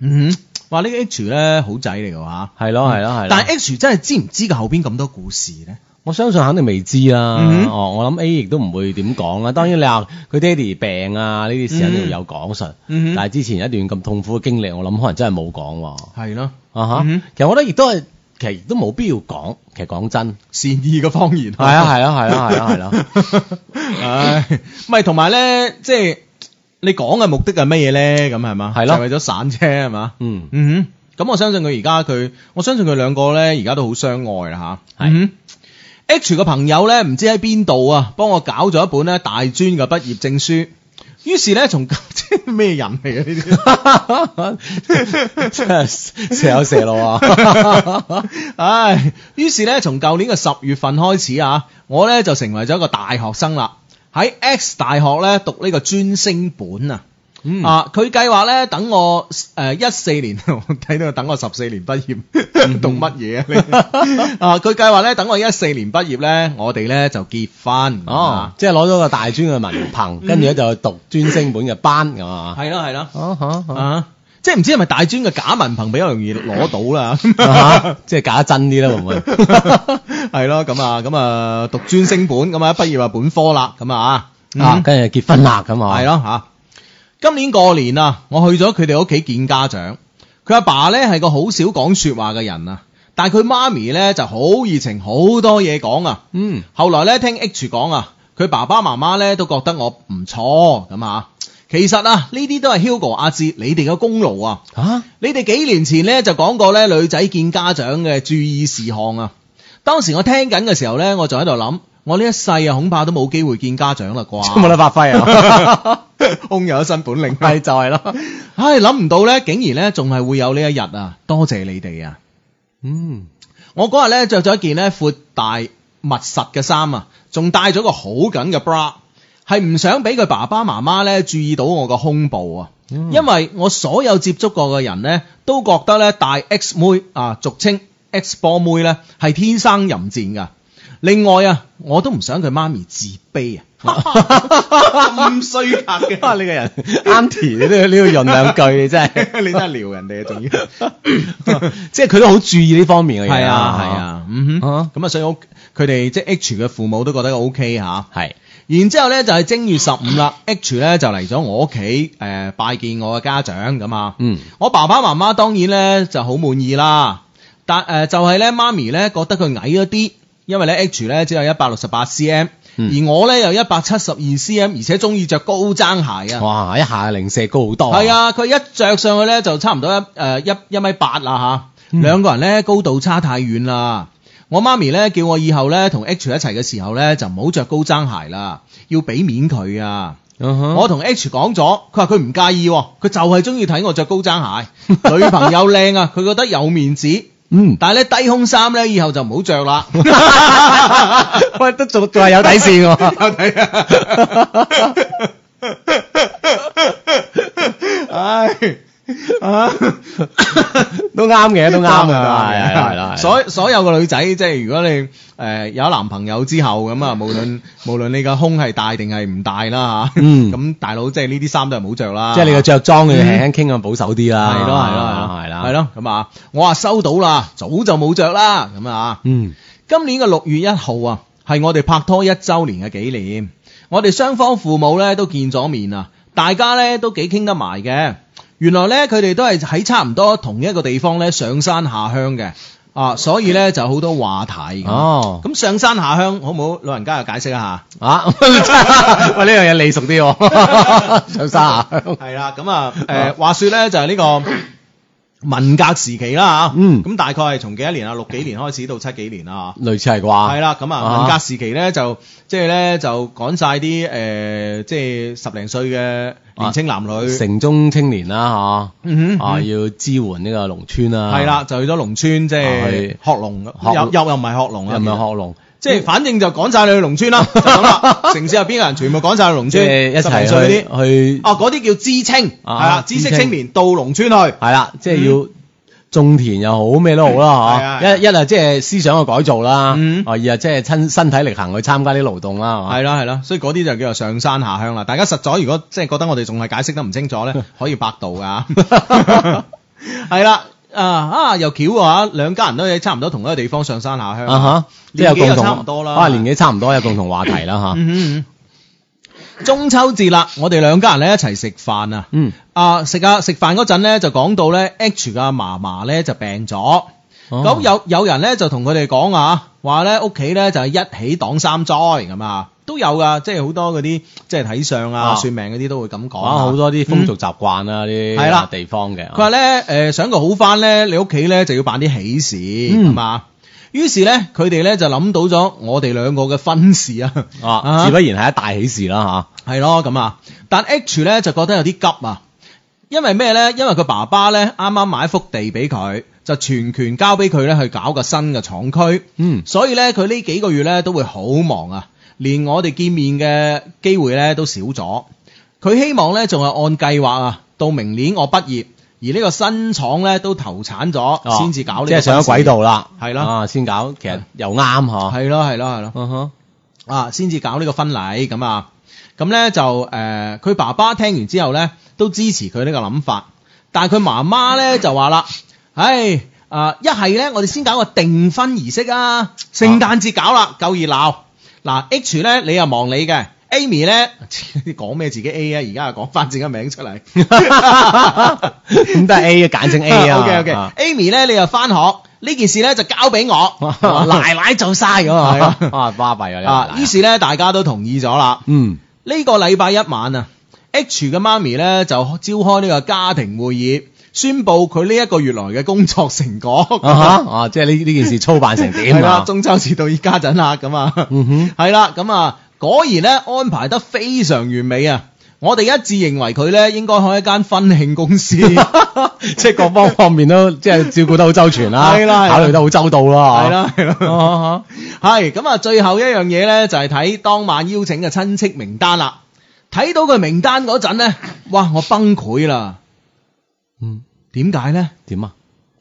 S1: 嗯哼，話呢個 H 咧好仔嚟嘅話，
S2: 係咯係咯
S1: 嗯
S2: 係咯。
S1: 但係 H 真係知唔知佢後邊咁多故事咧？
S2: 我相信肯定未知啦。
S1: 嗯
S2: 哦，我諗 A 亦都唔會點講啦。當然你話佢爹哋病啊呢啲事肯定有講述，
S1: 嗯
S2: 但係之前一段咁痛苦嘅經歷，我諗可能真係冇講喎。
S1: 係咯，
S2: 啊哈，
S1: 嗯哼
S2: 其實我覺得亦都係，其實亦都冇必要講。其實講真，
S1: 善意嘅方言。
S2: 係啊係啊係啊係啊係啦。
S1: [laughs]
S2: [laughs]
S1: 唉，唔係同埋咧，即係你講嘅目的係乜嘢咧？咁係嘛？
S2: 係咯
S1: 就係為咗散啫，係嘛？
S2: 嗯
S1: 嗯哼，咁我相信佢而家佢，我相信佢兩個咧而家都好相愛啦吓。
S2: 係
S1: 嗯哼 H 嘅朋友咧，唔知喺邊度啊，幫我搞咗一本咧大專嘅畢業證書。於是咧，從 [laughs] 即係咩人嚟啊嘅呢啲？[laughs]
S2: 真係射有射路啊！
S1: 唉，於是咧，從舊年嘅十月份開始啊，我咧就成為咗一個大學生啦。喺 X 大學咧讀呢個專升本啊。
S2: 嗯
S1: 啊，佢計劃咧等我誒一四年， [laughs] 我睇到佢等我十四年畢業， [laughs] 讀乜嘢啊 [laughs] 你？啊，佢計劃咧等我一四年畢業咧，我哋咧就結婚。
S2: 哦
S1: 啊，，
S2: 即係攞咗個大專嘅文憑，跟住咧就去讀專升本嘅班，咁啊，
S1: 係咯係咯，
S2: 哦哦哦
S1: 啊，即係唔知係咪大專嘅假文憑比較容易攞到啦。 [laughs]
S2: 啊哈即係假得真啲啦，會唔會？
S1: 係咯，咁啊，咁啊，讀專升本，咁啊，畢業啊本科啦，咁啊，
S2: 啊
S1: 嗯，
S2: 跟住就結婚啦，咁啊，
S1: 係，咯吓。今年過年啊，我去咗佢哋屋企見家長。佢阿爸咧係個好少講说話嘅人啊，但係佢媽咪咧就好熱情，好多嘢講啊。
S2: 嗯，
S1: 後來咧聽 H 講啊，佢爸爸媽媽咧都覺得我唔錯咁啊。其實啊，呢啲都係 Hugo 阿志你哋嘅功勞啊。
S2: 啊，
S1: 你哋幾年前咧就講過咧女仔見家長嘅注意事項啊。當時我聽緊嘅時候咧，我就喺度諗，我呢一世啊恐怕都冇機會見家長啦
S2: 都 [laughs] 冇
S1: 啩。
S2: 得發揮啊，
S1: [laughs] 空有一身本領，啊
S2: 係就係咯，
S1: 唉諗唔到咧，竟然咧仲係會有呢一日啊！多謝你哋啊！
S2: [laughs] 嗯，
S1: 我嗰日咧着咗一件咧闊大密實嘅衫啊，仲戴咗個好緊嘅 bra，係唔想俾佢爸爸媽媽咧注意到我個胸部啊。
S2: 嗯
S1: 因為我所有接觸過嘅人咧，都覺得咧大 X 妹啊，俗稱 X 波妹咧，係天生淫賤噶。另外啊，我都唔想佢媽咪自卑啊，咁衰格 [laughs] 嘅
S2: 啊，你個人 Auntie 你都要你要潤兩句，你真 [laughs]
S1: [laughs]
S2: 係，
S1: 你真係撩人哋啊，仲要。 [laughs]
S2: 即係佢都好注意呢方面嘅嘢，
S1: 係啊係，啊，嗯
S2: 啊
S1: 哼，咁啊，所以屋佢哋即係 H 嘅父母都覺得 O K 吓。
S2: 係，
S1: 然之後咧就係正月十五啦，H [laughs] 咧就嚟咗我屋企誒拜見我嘅家長咁啊。
S2: 嗯，
S1: 我爸爸媽媽當然咧就好滿意啦，但誒、呃就係、咧媽咪咧覺得佢矮咗啲，因為咧 H 咧只有一百六十八 cm，、
S2: 嗯
S1: 而我咧有一百七十二 cm，而且中意着高踭鞋啊。
S2: 哇，一下零舍高好多，
S1: 係，啊，佢一着上去咧就差唔多一誒一一米八啦嚇，兩個人咧高度差太遠啦。我媽咪咧叫我以後咧同 H 一齊嘅時候咧就唔好着高踭鞋啦，要俾面佢啊。我
S2: 我
S1: 同 H 講咗，佢話佢唔介意喎，佢就係中意睇我着高踭鞋，女朋友靚啊，佢覺得有面子。
S2: 嗯，
S1: 但係咧低胸衫咧以後就唔好着啦。
S2: 喂，都仲仲係有底線喎。 [laughs]
S1: 唉。啊，
S2: 都啱嘅，都啱嘅，
S1: 啱啊
S2: [laughs] 係係係啦。
S1: 所所有嘅女仔，即係如果你誒、呃有男朋友之後咁啊，
S2: 嗯
S1: 無論無論你嘅胸係大定係唔大啦嚇，[laughs]
S2: 嗯
S1: 咁大佬即係呢啲衫都係唔好着啦。
S2: 即係你個着裝要輕輕傾咁保守啲啦。
S1: 係咯係咯係
S2: 係
S1: 咯
S2: 啦，
S1: 係。咯咁啊！我話收到啦，早就冇着啦咁啊！
S2: 嗯，
S1: 今年嘅六月一號啊，係我哋拍拖一周年嘅紀念，我哋雙方父母咧都見咗面啊，大家咧都幾傾得埋嘅。原來咧佢哋都係喺差唔多同一個地方咧上山下鄉嘅啊，所以咧就好多話題。
S2: 哦，
S1: 咁上山下鄉好唔好？老人家又解釋一下。
S2: 啊， [laughs] 喂呢樣嘢你熟啲喎， [laughs] 上山啊，
S1: 係啦，咁啊，誒話說咧就係呢個文革時期啦嚇，啊
S2: 嗯
S1: 咁大概係從幾多年啊？六幾年開始到七幾年啊啦嚇。
S2: 類似係啩？
S1: 係
S2: 係
S1: 啦，咁啊，文革時期咧就即係咧就趕晒啲誒，即係十零歲嘅
S2: 啊
S1: 年青男女，
S2: 城中青年啦，
S1: 嗯
S2: 嚇啊，
S1: 哼，
S2: 要支援呢個農村啊啦。
S1: 係，啦，就去咗農村，即
S2: 啊
S1: 係
S2: 去
S1: 學農，又
S2: 學
S1: 又又唔係學農啊，
S2: 又唔係學農，
S1: 即係反正就趕晒你去農村
S2: [laughs]
S1: 啦，就咁啦，城市入邊嘅人全部趕晒去農
S2: 即
S1: 村，
S2: 係一
S1: 10
S2: 齊
S1: 歲啲。
S2: 去去
S1: 哦，嗰啲叫知青，係
S2: 啊
S1: 啦，知識
S2: 知青
S1: 青年到農村去，
S2: 係啦，即係要種田又好，咩都好啦，
S1: 嗯係啊
S2: 嚇
S1: 係啊
S2: 一一啊，即係思想嘅改造啦，
S1: 嗯
S2: 哦二啊，即係親身體力行去參加啲勞動啦，係嘛
S1: 係啊啦係啦，所以嗰啲就叫做上山下鄉啦。大家實在如果即係覺得我哋仲係解釋得唔清楚
S2: [laughs]
S1: 咧，可以百度噶。係啦，啊啊又巧啊，兩家人都係差唔多同一個地方上山下鄉。
S2: 啊哈，即係有
S1: 年紀
S2: 共
S1: 就
S2: 同
S1: 差唔多啦
S2: 啊年紀差唔多有共同話題啦吓，
S1: 嗯哼中秋節啦，我哋兩家人咧一齊食飯啊。
S2: 嗯，
S1: 啊食啊食飯嗰陣咧就講到咧 H 嘅嫲嫲咧就病咗。咁
S2: 哦
S1: 有有人咧就同佢哋講啊，話咧屋企咧就係一起擋三災咁啊，都有噶，即係好多嗰啲即係睇相啊、
S2: 啊
S1: 算命嗰啲都會咁講
S2: 哇
S1: 啊
S2: 好多啲風俗
S1: 嗯
S2: 習慣啦，啲啊
S1: 係啦
S2: 地方嘅，啊
S1: 佢話咧誒，想佢好翻咧，你屋企咧就要辦啲喜事
S2: 嗯
S1: 係嘛。於是咧，佢哋咧就諗到咗我哋兩個嘅婚事啊，
S2: 啊，自不然係一大喜事啦
S1: 係咯咁啊。但 H 咧就覺得有啲急啊，因為咩咧？因為佢爸爸咧啱啱買幅地俾佢，就全權交俾佢咧去搞個新嘅廠區。
S2: 吓，嗯
S1: 所以咧，佢呢幾個月咧都會好忙啊，連我哋見面嘅機會咧都少咗。佢希望咧仲係按計劃啊，到明年我畢業，而呢個新廠咧都投產咗，先至搞呢個
S2: 哦即
S1: 分
S2: 係上咗
S1: 子
S2: 軌。道啦，
S1: 係啦
S2: 啊，先搞，其實又啱嗬，
S1: 係咯係咯係咯，
S2: 嗯哼，
S1: 啊，先至搞呢個婚禮咁啊。咁咧就誒，呃佢、爸爸聽完之後咧都支持佢呢個諗法，但係佢媽媽
S2: 嗯
S1: 咧就話啦，唉。啊！一係咧，我哋先搞個訂婚儀式啊！聖誕節搞啦，夠熱鬧。嗱，H 咧，你又忙你嘅，Amy 咧，你 [laughs] 講咩自己 A 啊？而家又講翻自己名出嚟。
S2: 咁都係 A 啊，簡稱 [laughs] A
S1: [laughs]
S2: 啊
S1: OK OK。
S2: 啊
S1: Amy 咧，你又翻學，呢件事咧就交俾
S2: [laughs]
S1: 我，奶奶做晒咁
S2: 係
S1: 啊
S2: 啊。啊，巴閉啊
S1: 啊，
S2: 呢個，
S1: 於是咧，大家都同意咗啦。
S2: 嗯，
S1: 呢個禮拜一晚啊，H 嘅媽咪咧就召開呢個家庭會議，宣布佢呢一個月來嘅工作成果。
S2: 啊哈，啊，即係呢呢件事操辦成
S1: 係
S2: 點
S1: 啦
S2: 啊，？
S1: 中秋節到而家陣啦，咁啊，
S2: 嗯哼
S1: 係啦，咁啊，果然咧安排得非常完美啊！我哋一致認為佢咧應該開一間婚慶公
S2: [laughs]
S1: 司，
S2: [laughs] 即係各方方面都即係照顧得好周全
S1: [laughs]
S2: 啦，
S1: 係啦係啦
S2: 考慮得好周到啦，
S1: 係啦係啦，
S2: 啊，
S1: 係咁啊！最後一樣嘢咧就係睇當晚邀請嘅親戚名單啦。睇到佢名單嗰陣咧，哇！我崩潰啦，
S2: 嗯，
S1: 點解咧？
S2: 點啊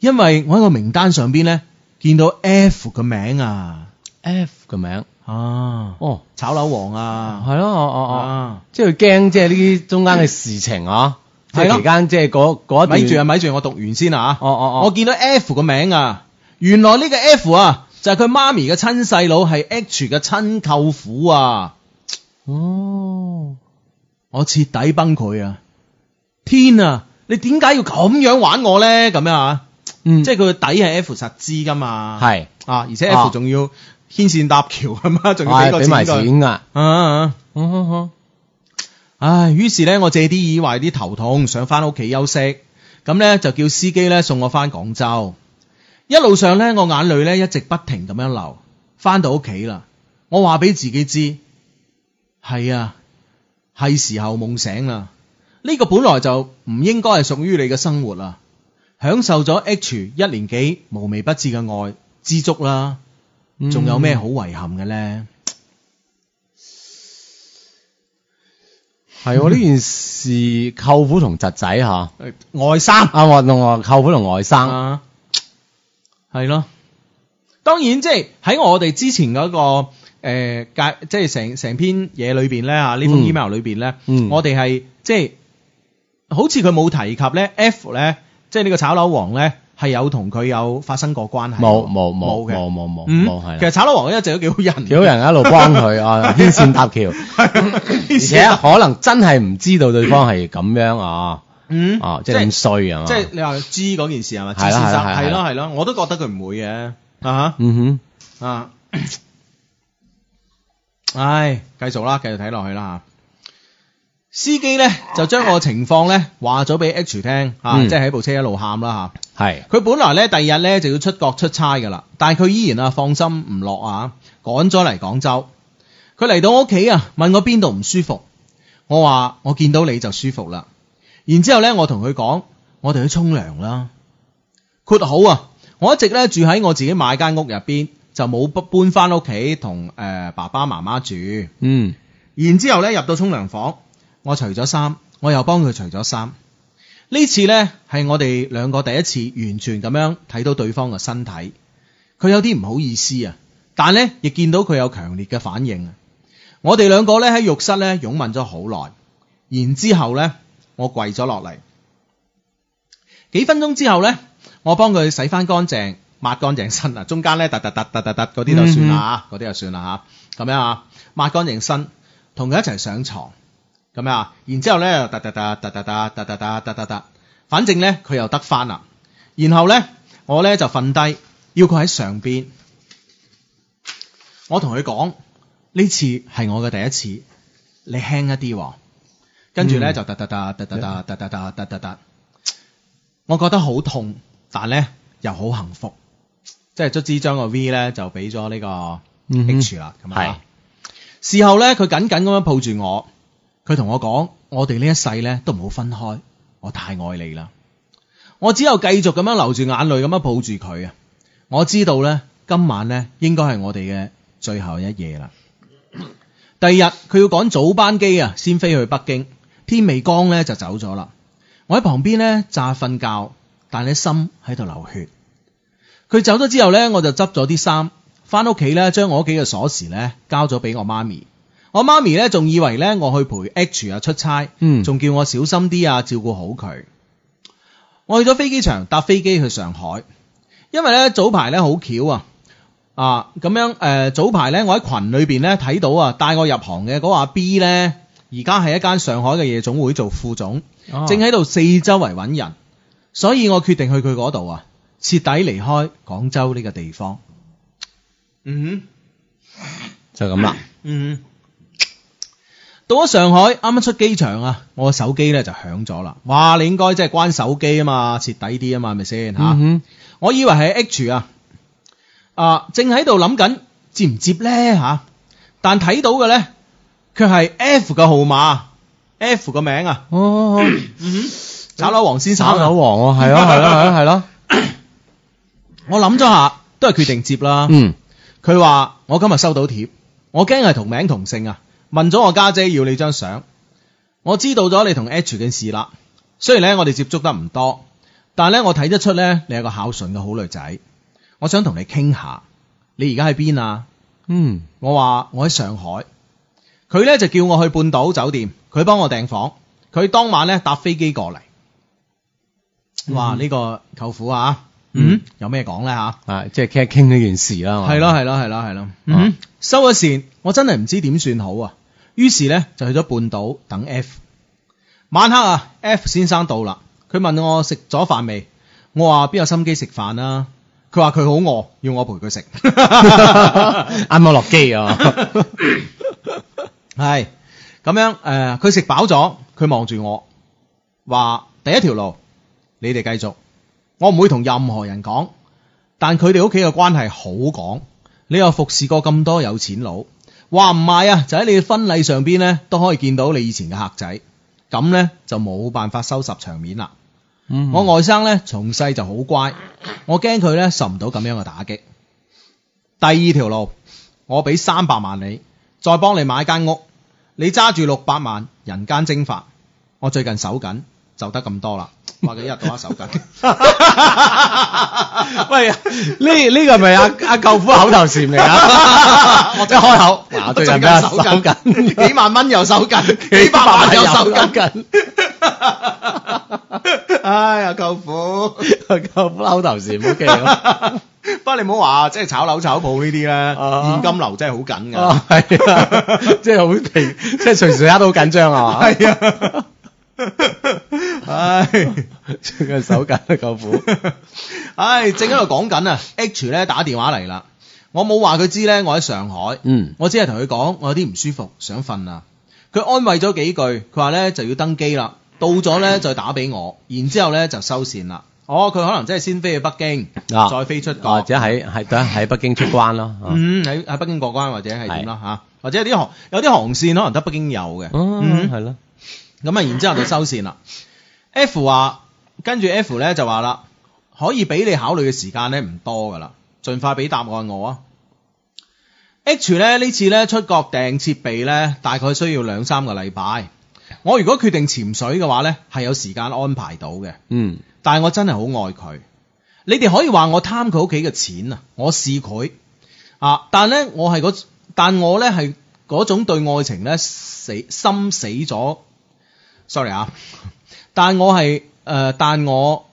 S1: 因為我喺個名單上邊咧見到 F 嘅名啊，
S2: ？F 嘅名，
S1: 啊，
S2: 哦，
S1: 炒樓王啊，
S2: 係咯，哦哦哦，
S1: 啊，
S2: 即係佢驚即係呢啲中間嘅事情啊，即
S1: 係咯
S2: 係期間即係嗰嗰
S1: 咪
S2: 一
S1: 住啊，
S2: 段，
S1: 咪住，我讀完先啊，
S2: 哦哦哦，
S1: 我見到 F 嘅名啊，原來呢個 F 啊就係佢媽咪嘅親細佬，係 H 嘅親舅父啊，
S2: 哦，
S1: 我徹底崩潰啊！天啊，你點解要咁樣玩我咧？咁樣啊，
S2: 嗯，
S1: 即係佢嘅底係 F 實知噶嘛，
S2: 係，
S1: 啊，而且
S2: 啊
S1: F 仲要牽線搭橋咁啊，仲要俾
S2: 係
S1: 個
S2: 俾埋
S1: 錢佢
S2: 錢㗎，
S1: 啊啊！
S2: 嗯哼哼，
S1: 唉，於是咧，我借啲耳壞啲頭痛，想翻屋企休息。咁咧就叫司機咧送我翻廣州。一路上咧，我眼淚咧一直不停咁樣流。翻到屋企啦，我話俾自己知，係啊，係時候夢醒啦。呢、個本來就唔應該係屬於你嘅生活啦。享受咗 H 一年幾無微不至嘅愛，知足啦。
S2: 嗯
S1: 仲有咩好遺憾嘅咧？
S2: 係喎，呢件事舅父同侄仔嚇，
S1: 外三。
S2: 啊我同我舅父同外甥，
S1: 啊，係咯。當然，即係喺我哋之前嗰、個誒介、即係成成篇嘢裏邊咧啊，呢封
S2: 嗯
S1: email 裏邊咧，
S2: 嗯
S1: 我哋係即係好似佢冇提及咧，F 咧，即係呢個炒樓王咧，係有同佢有發生過關係。
S2: 冇冇冇
S1: 冇嘅
S2: 冇冇冇
S1: 嗯
S2: 冇係
S1: 其實
S2: 啦，
S1: 炒樓王一直都幾好人， [laughs]
S2: 幾好人一路幫佢啊牽線搭橋，而且可能真係唔知道對方係咁樣啊，
S1: 嗯
S2: 啊即係咁衰啊，
S1: 即係你話知嗰件事係咪？知
S2: 係
S1: 先
S2: 啦
S1: 生
S2: 係啦係啦
S1: 係咯係咯，我都覺得佢唔會嘅啊哈
S2: 嗯
S1: 啊， [coughs] 唉，繼續啦，繼續睇落去啦嚇。司機咧就將我情況咧話咗俾 H 聽嚇，
S2: 嗯
S1: 即係喺部車一路喊啦啊嚇。
S2: 哼，係，
S1: 佢本來咧第二日咧就要出國出差噶啦，但係佢依然啊放心唔落啊，趕咗嚟廣州。佢嚟到我屋企啊，問我邊度唔舒服，我話我見到你就舒服啦。然之後咧，我同佢講，我哋去沖涼啦。括好啊，我一直咧住喺我自己買間屋入邊，就冇搬翻屋企同誒爸爸媽媽住。
S2: 嗯
S1: 然之後咧入到沖涼房，我除咗衫，我又幫佢除咗衫。呢次呢，係我哋兩個第一次完全咁樣睇到對方嘅身體，佢有啲唔好意思啊，但呢，亦見到佢有強烈嘅反應啊。我哋兩個呢，喺浴室呢擁吻咗好耐，然之後呢，我跪咗落嚟。幾分鐘之後呢，我幫佢洗翻乾淨，抹乾淨身啊， [laughs] 中間呢，突突突突突突嗰啲就算啦嚇，嗰啲、就算啦嚇，咁樣啊，抹乾淨身，同佢一齊上床。咁樣啊，然之後咧，突突突突突突突突突突突，反正咧佢又得翻啦。然後咧，我咧就瞓低，要佢喺上邊。我同佢講：呢次係我嘅第一次，你輕一啲喎。跟住咧就突突突突突突突突突突突突，我覺得好痛，但咧又好幸福。即係卒之將個 V 咧就俾咗呢個
S2: 嗯哼
S1: H 啦，咁啊。事後咧，佢緊緊咁樣抱住我，佢同我講：我哋呢一世咧都唔好分開，我太愛你啦。我只有繼續咁樣流住眼淚咁樣抱住佢啊！我知道咧，今晚咧應該係我哋嘅最後一夜啦。第二日佢要趕早班機啊，先飛去北京。天未光咧就走咗啦。我喺旁邊咧詐瞓覺，但係心喺度流血。佢走咗之後咧，我就執咗啲衫，翻屋企咧將我屋企嘅鎖匙咧交咗俾我媽咪。我媽咪咧仲以為咧我去陪 H 啊出差，
S2: 嗯
S1: 仲叫我小心啲啊，照顧好佢。我去咗飛機場搭飛機去上海，因為咧早排咧好巧啊。啊，咁樣誒、呃早排咧，我喺群裏邊咧睇到啊，帶我入行嘅嗰個阿 B 咧，而家喺一間上海嘅夜總會做副總，
S2: 哦
S1: 正喺度四周圍揾人，所以我決定去佢嗰度啊，徹底離開廣州呢個地方。嗯哼
S2: 就咁啦。
S1: 嗯哼，到咗上海，啱啱出機場啊，我手機咧就響咗啦。哇，你應該即係關手機啊嘛，徹底啲啊嘛，係咪先嚇？
S2: 嗯
S1: 我以為係 H 啊，啊正喺度諗緊接唔接咧吓、但睇到嘅咧，卻係 F 嘅號碼，F 個名啊，
S2: 哼，哦， [laughs]
S1: 炒樓黃先生
S2: 炒
S1: 啊，
S2: 樓王
S1: [laughs]
S2: 啊，係咯係咯係咯係咯，
S1: 我諗咗下，都係決定接啦。
S2: 嗯，
S1: 佢話我今日收到帖，我驚係同名同姓啊，問咗我家姐要你張相。我知道咗你同 H 嘅事啦，雖然咧我哋接觸得唔多，但咧我睇得出咧你係個孝順嘅好女仔，我想同你傾下，你而家喺邊啊？
S2: 嗯，
S1: 我話我喺上海，佢咧就叫我去半島酒店，佢幫我訂房，佢當晚咧搭飛機過嚟。哇！呢、個舅父啊，嗯
S2: 嗯，
S1: 有咩講咧吓？
S2: 啊，即係傾一傾呢件事啦，係嘛
S1: 係咯，
S2: [laughs]
S1: 係咯係咯係咯，
S2: 嗯
S1: 嗯，收咗線，我真係唔知點算好啊！於是咧就去咗半島等 F。晚黑啊，F 先生到啦，佢問我食咗飯未，我話邊有心機食飯啊？佢話佢好餓，要我陪佢食。
S2: 啱啱落
S1: [laughs]
S2: 機啊，
S1: 係咁樣誒，呃佢食飽咗，佢望住我話：第一條路，你哋繼續，我唔會同任何人講，但佢哋屋企嘅關係好講。你又服侍過咁多有錢佬，話唔埋啊，就喺你嘅婚禮上邊呢，都可以見到你以前嘅客仔，咁呢，就冇辦法收拾場面啦。我外甥呢，從細就好乖，我驚佢呢受唔到咁樣嘅打擊。第二條路，我俾三百萬你，再幫你買間屋，你揸住六百萬，人間蒸發。我最近手緊，就得咁多啦。話佢一日到黑手 [laughs] 緊，
S2: [laughs] 喂，呢呢個係咪阿阿舅父口頭禪嚟啊？我即係開口，嗱，最近俾
S1: 啊
S2: 人手緊，
S1: 幾萬蚊又手 [laughs] 緊， [laughs] 幾百萬又手緊。
S2: 緊，
S1: 唉哎呀，舅父，
S2: [laughs] 舅父口頭禪 OK 咯，
S1: 不過你唔好話，即係炒樓炒鋪呢啲咧，
S2: 啊
S1: 現金流真係好緊㗎。
S2: 啊係啊，即係好平，即係隨時刻都好緊張啊嘛，
S1: 係啊，唉，
S2: 最近手緊啊舅父，
S1: 唉，正喺度講緊啊，H 咧打電話嚟啦，我冇話佢知咧，我喺上海，
S2: 嗯，
S1: 我只係同佢講我有啲唔舒服，想瞓啦。佢安慰咗幾句，佢話咧就要登機啦，到咗
S2: 嗯
S1: 咧再打俾我，然之後咧就收線啦。哦，佢可能真係先飛去北京，
S2: 啊
S1: 再飛出國，
S2: 或者喺喺等喺北京出關咯，啊
S1: 嗯喺喺北京過關或者係點啦嚇，或者有啲航有啲航線可能得北京有嘅，
S2: 哦
S1: 嗯
S2: 係咯，
S1: 咁啊，然之後就收線啦。F 話，跟住 F 咧就話啦，可以俾你考慮嘅時間咧唔多噶啦，盡快俾答案我啊。H 咧呢次咧出國訂設備咧，大概需要兩三個禮拜。我如果決定潛水嘅話咧，係有時間安排到嘅。
S2: 嗯，
S1: 但係我真係好愛佢。你哋可以話我貪佢屋企嘅錢啊，我試佢啊，但咧我係嗰，但我咧係嗰種對愛情咧死心死咗，sorry 啊，但我係誒、呃但我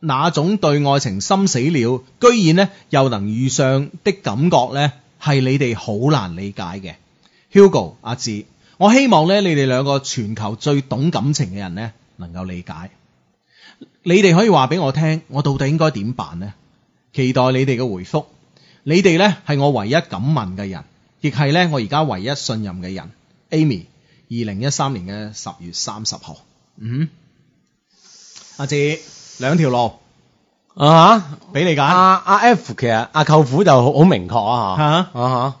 S1: 那種對愛情心死了，居然咧又能遇上的感覺咧，係你哋好難理解嘅。Hugo 阿志，我希望咧你哋兩個全球最懂感情嘅人咧，能夠理解。你哋可以話俾我聽，我到底應該點辦呢？期待你哋嘅回覆。你哋呢係我唯一敢問嘅人，亦係呢我而家唯一信任嘅人。Amy，二零一三年嘅十月三十號。嗯，阿志，兩條路
S2: 啊。
S1: 俾你揀。
S2: 阿阿 F 其實阿舅父就好好明確啊嚇啊
S1: [laughs]
S2: 嚇。